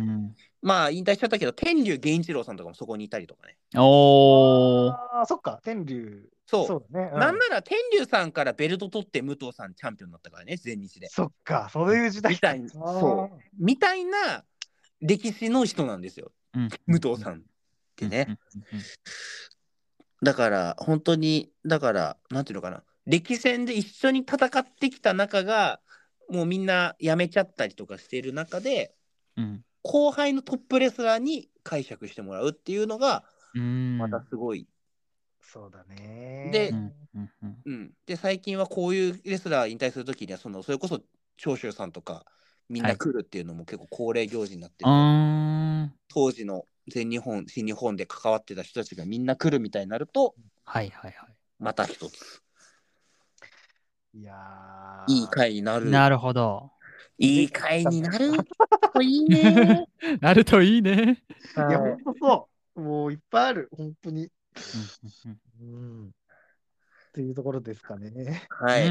[SPEAKER 1] まあ引退しちゃったけど、天竜源一郎さんとかもそこにいたりとかね。
[SPEAKER 2] おー。
[SPEAKER 3] ああ、そっか、天竜。
[SPEAKER 1] そう。
[SPEAKER 3] そうだね。うん
[SPEAKER 1] なんなら天竜さんからベルト取って武藤さんチャンピオンになったからね、全日で。
[SPEAKER 3] そっか、そういう時代
[SPEAKER 1] みたいなそうみたいな歴史の人なんですよ、武藤さんってね。だから、本当に、だから、なんていうのかな、歴戦で一緒に戦ってきた中が、もうみんな辞めちゃったりとかしている中で、
[SPEAKER 2] うん。
[SPEAKER 1] 後輩のトップレスラーに解釈してもらうっていうのが、
[SPEAKER 2] うん。
[SPEAKER 1] またすごい。
[SPEAKER 3] そうだね。
[SPEAKER 1] で
[SPEAKER 2] うん。うん。
[SPEAKER 1] うんで、最近はこういうレスラー引退するときにはその、それこそ長州さんとか、みんな来るっていうのも結構恒例行事になってる、
[SPEAKER 2] うん。
[SPEAKER 1] 当時の全日本、新日本で関わってた人たちがみんな来るみたいになると、
[SPEAKER 2] はいはいは。
[SPEAKER 1] また一つ、
[SPEAKER 3] いやー
[SPEAKER 1] いい回にないる。
[SPEAKER 2] なるほど。
[SPEAKER 1] いい回になる。いい ね。
[SPEAKER 2] なるといいね。
[SPEAKER 3] いや、ほんとそう。もういっぱいある、本当に。うん。っていうところですかね。
[SPEAKER 1] はい。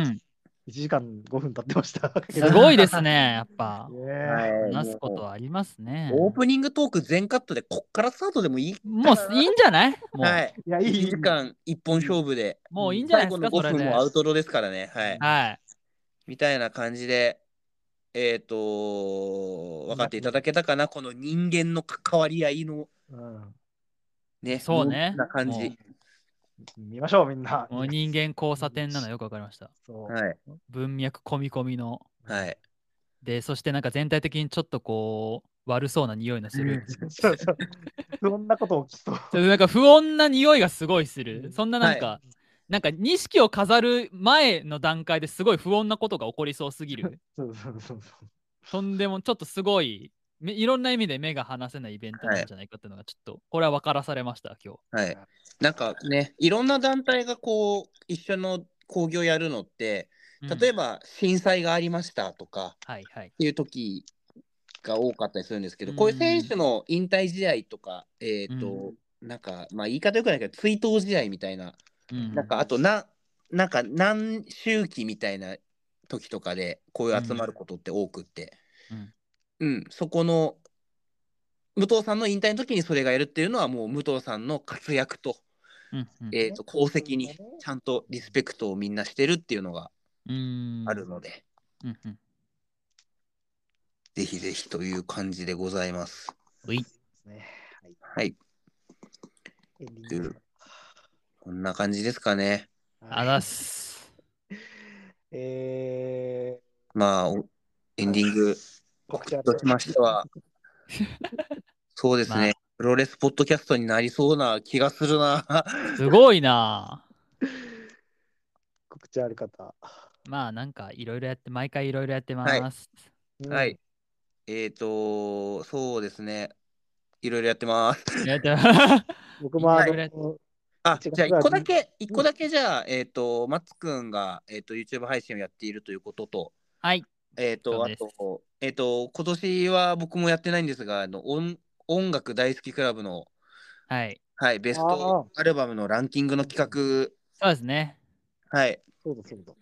[SPEAKER 3] 1時間5分経ってました。
[SPEAKER 2] すごいですね、やっぱ。
[SPEAKER 3] ね
[SPEAKER 1] はい
[SPEAKER 3] え
[SPEAKER 2] 話すことはありますね。
[SPEAKER 1] オープニングトーク全カットで、こっからスタートでもいい。
[SPEAKER 2] もういいんじゃないも
[SPEAKER 1] は
[SPEAKER 2] う
[SPEAKER 1] い。
[SPEAKER 3] いや、い
[SPEAKER 1] 1
[SPEAKER 3] い
[SPEAKER 1] 時間一本勝負で。
[SPEAKER 2] もういいんじゃない
[SPEAKER 1] 最
[SPEAKER 2] で
[SPEAKER 1] 後の
[SPEAKER 2] すか、それ
[SPEAKER 1] 5分
[SPEAKER 2] で。
[SPEAKER 1] もアウトロですからね。はい。
[SPEAKER 2] はい。
[SPEAKER 1] みたいな感じで、えっ、と分かっていただけたかな、この人間の関わり合いの
[SPEAKER 3] うん
[SPEAKER 1] ね、
[SPEAKER 2] そうね
[SPEAKER 1] な感じ。
[SPEAKER 3] 見ましょう、みんな。
[SPEAKER 2] もう人間交差点なのよくわかりました。
[SPEAKER 3] そう。
[SPEAKER 1] はい。
[SPEAKER 2] 文脈込み込みの。
[SPEAKER 1] はい。
[SPEAKER 2] で、そしてなんか全体的にちょっとこう、悪そうな匂いのする。
[SPEAKER 3] そうそう。そんなこと起きそう。
[SPEAKER 2] ちょっとなんか不穏な匂いがすごいす
[SPEAKER 3] う
[SPEAKER 2] る。
[SPEAKER 3] ん
[SPEAKER 2] そんななんか、なんか錦を飾る前の段階ですごい不穏なことが起こりそうすぎる。
[SPEAKER 3] そうそうそうそう。
[SPEAKER 2] とんでもちょっとすごい、めいろんな意味で目が離せないイベントなんじゃないかっていうのがちょっと、これは分からされました、今日。
[SPEAKER 1] はい。なんかね、いろんな団体がこう、一緒の興行やるのって、
[SPEAKER 2] うん
[SPEAKER 1] 例えば震災がありましたとか、
[SPEAKER 2] はいはい
[SPEAKER 1] っ。ていう時が多かったりするんですけど、
[SPEAKER 2] うん
[SPEAKER 1] こういう選手の引退試合とか、えっ、と、なんか、まあ言い方よくないけど、追悼試合みたいな、
[SPEAKER 2] うん
[SPEAKER 1] なんかあとな、なんか何周期みたいな時とかで、こういう集まることって多くって、うん、そこの、武藤さんの引退の時にそれがやるっていうのは、もう武藤さんの活躍と、
[SPEAKER 2] うんうん
[SPEAKER 1] えっ、と、功績に、ちゃんとリスペクトをみんなしてるっていうのが
[SPEAKER 2] うん
[SPEAKER 1] あるので、
[SPEAKER 2] うんうん
[SPEAKER 1] ぜひぜひという感じでございます。
[SPEAKER 2] うい
[SPEAKER 3] ですね。
[SPEAKER 1] は
[SPEAKER 3] はい。
[SPEAKER 1] い。
[SPEAKER 3] エンディング
[SPEAKER 1] こんな感じですかね。
[SPEAKER 2] あ
[SPEAKER 3] は
[SPEAKER 2] ざ
[SPEAKER 3] い
[SPEAKER 2] っす。
[SPEAKER 3] え
[SPEAKER 1] まあ、おエンディング
[SPEAKER 3] ー、告知ある
[SPEAKER 1] としまして は、そうですね、
[SPEAKER 2] まあ
[SPEAKER 1] プロレスポッドキャストになりそうな気がするな。
[SPEAKER 2] すごいな あ
[SPEAKER 3] 告知ある方。
[SPEAKER 2] まあなんかいろいろやって、毎回いろいろやってます。
[SPEAKER 3] うん
[SPEAKER 1] はい。。えっ、と、そうですね、いろいろやってます。
[SPEAKER 2] やってます
[SPEAKER 3] 僕もあ
[SPEAKER 2] いろい
[SPEAKER 3] の、
[SPEAKER 1] あ、
[SPEAKER 3] 一月
[SPEAKER 1] じゃあ、
[SPEAKER 3] は
[SPEAKER 1] 一個だけ、一個だけじゃあ、えっ、と、マツくんが、えっ、と、YouTube 配信をやっているということと、
[SPEAKER 2] はい。
[SPEAKER 1] えっ、と、
[SPEAKER 2] そう
[SPEAKER 1] あ
[SPEAKER 2] です
[SPEAKER 1] と、えっ、と、今年は僕もやってないんですが、あの音音楽大好きクラブの、
[SPEAKER 2] はい。
[SPEAKER 1] はい、ベストアルバムのランキングの企
[SPEAKER 2] そうですね。
[SPEAKER 1] 画、はい、
[SPEAKER 3] そうだそうだ。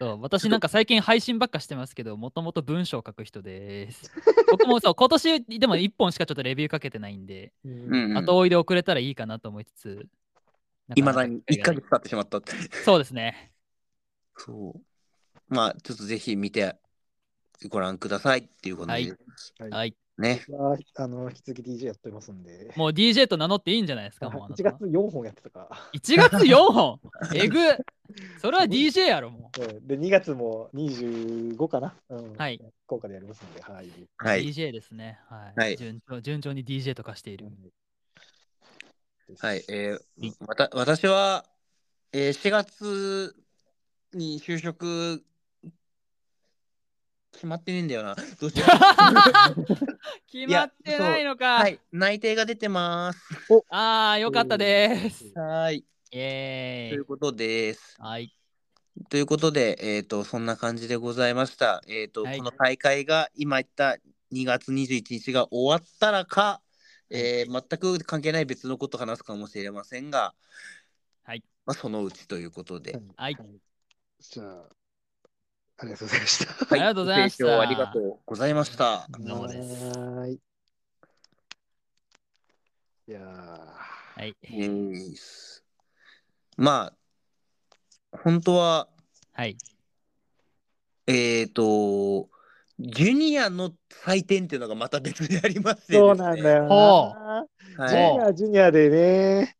[SPEAKER 2] そう私なんか最近配信ばっかしてますけど、もともと文章を書く 人です。僕もそう、今年でも1本しかちょっとレビューかけてないんで、
[SPEAKER 3] う。
[SPEAKER 1] うんんうん、
[SPEAKER 2] 後追いで遅れたらいいかなと思いつつ、
[SPEAKER 1] いまだに1ヶ
[SPEAKER 2] 回
[SPEAKER 1] 月経ってしまったって。
[SPEAKER 2] そうですね。
[SPEAKER 1] そう。まあ、ちょっとぜひ見てご覧くださいっていうこと
[SPEAKER 2] は
[SPEAKER 1] で
[SPEAKER 2] い
[SPEAKER 1] す
[SPEAKER 2] はい。
[SPEAKER 1] ね。
[SPEAKER 3] まああの、引き続き DJ やってますんで。
[SPEAKER 2] もう DJ と名乗っていいんじゃないです か、もうあな
[SPEAKER 3] 1
[SPEAKER 2] た
[SPEAKER 3] 月4本やってたから。
[SPEAKER 2] 1月4本 えぐそれは DJ やろ、も
[SPEAKER 3] うんで、2月も25かな。うん
[SPEAKER 2] はい。
[SPEAKER 3] 効果でやりますんで。はい。
[SPEAKER 2] う。
[SPEAKER 1] はい。
[SPEAKER 2] DJ ですね。はい。
[SPEAKER 1] はい
[SPEAKER 2] 順調順調に DJ とかしている。
[SPEAKER 1] はい。えー
[SPEAKER 2] い
[SPEAKER 1] わた私は、えー4月に就職決まってねえんだよな。どうしよう
[SPEAKER 2] 決まってないのか。
[SPEAKER 1] はい。内定が出てます。
[SPEAKER 2] ああ、よかったです。
[SPEAKER 1] はい。
[SPEAKER 2] イエ
[SPEAKER 1] とい
[SPEAKER 2] ー
[SPEAKER 1] う
[SPEAKER 2] イ。
[SPEAKER 1] ことです。
[SPEAKER 2] はい。
[SPEAKER 1] ということで、えー、とそんな感じでございました。えーと
[SPEAKER 2] はい
[SPEAKER 1] この大会が今言った2月21日が終わったらか、えー全く関係ない別のことを話すかもしれませんが、
[SPEAKER 2] はい
[SPEAKER 1] まあ、そのうちということで、
[SPEAKER 2] はい。
[SPEAKER 3] じゃあ、ありがとうございました。
[SPEAKER 2] ありがとうございました
[SPEAKER 1] ご清聴ありがとうございました。
[SPEAKER 2] どうもです
[SPEAKER 3] はーい。いやー。
[SPEAKER 2] はい。
[SPEAKER 1] イエーイまあ本当は
[SPEAKER 2] はい。
[SPEAKER 1] えっ、とジュニアの採点っていうのがまた別でありましてですね
[SPEAKER 3] そうなんだよな。
[SPEAKER 1] はい
[SPEAKER 3] ジュニア、ジュニアでね。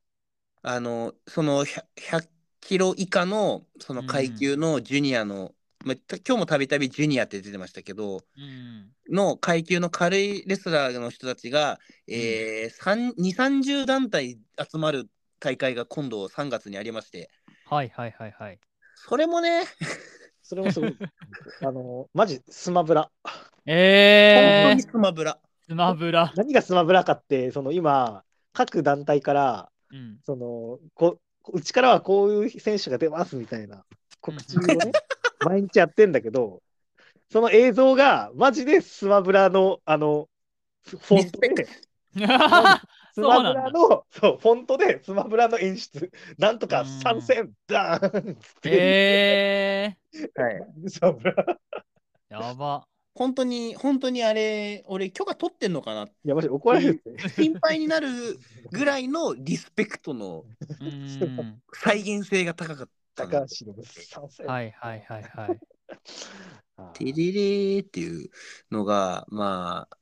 [SPEAKER 1] あのその 100, 100キロ以下のその階級のジュニアの、まあ、た今日もたびたびジュニアって出てましたけど
[SPEAKER 2] うん。
[SPEAKER 1] の階級の軽いレスラーの人たちが、えー、2三3 0団体集まる大会が今度3月にありまして
[SPEAKER 2] はいはいはいはい。
[SPEAKER 1] それもね、
[SPEAKER 3] それも すごい。あの、マジ、スマブラ。
[SPEAKER 2] え
[SPEAKER 1] 本当に
[SPEAKER 2] ー、
[SPEAKER 1] スマブラ
[SPEAKER 2] スマブラ。
[SPEAKER 3] 何がスマブラかって、その今、各団体から、
[SPEAKER 2] うん。
[SPEAKER 3] その、こうちからはこういう選手が出ますみたいな告知を
[SPEAKER 2] う
[SPEAKER 3] ね、毎日やってんだけど、その映像が、マジでスマブラの、あの、フォントで、 スマブラの、そう、フォントで、スマブラの演出、なんとか参戦、ダーン って、
[SPEAKER 2] え
[SPEAKER 1] はい
[SPEAKER 3] スマブラ。
[SPEAKER 2] ー、やば。
[SPEAKER 1] 本当に本当にあれ俺許可取ってんのかない
[SPEAKER 3] や、マジ怒られるって。
[SPEAKER 1] 心配になるぐらいのリスペクトの
[SPEAKER 2] うん。
[SPEAKER 1] 再現性が高かったな
[SPEAKER 3] 高橋の参戦。
[SPEAKER 2] はいはいはいはい。
[SPEAKER 3] あ
[SPEAKER 1] て
[SPEAKER 3] ー
[SPEAKER 1] れれーっていうのが、まあ、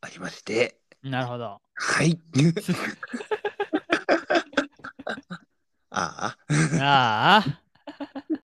[SPEAKER 1] ありまして、
[SPEAKER 2] なるほど。
[SPEAKER 1] はい。 ああ。
[SPEAKER 2] ああ。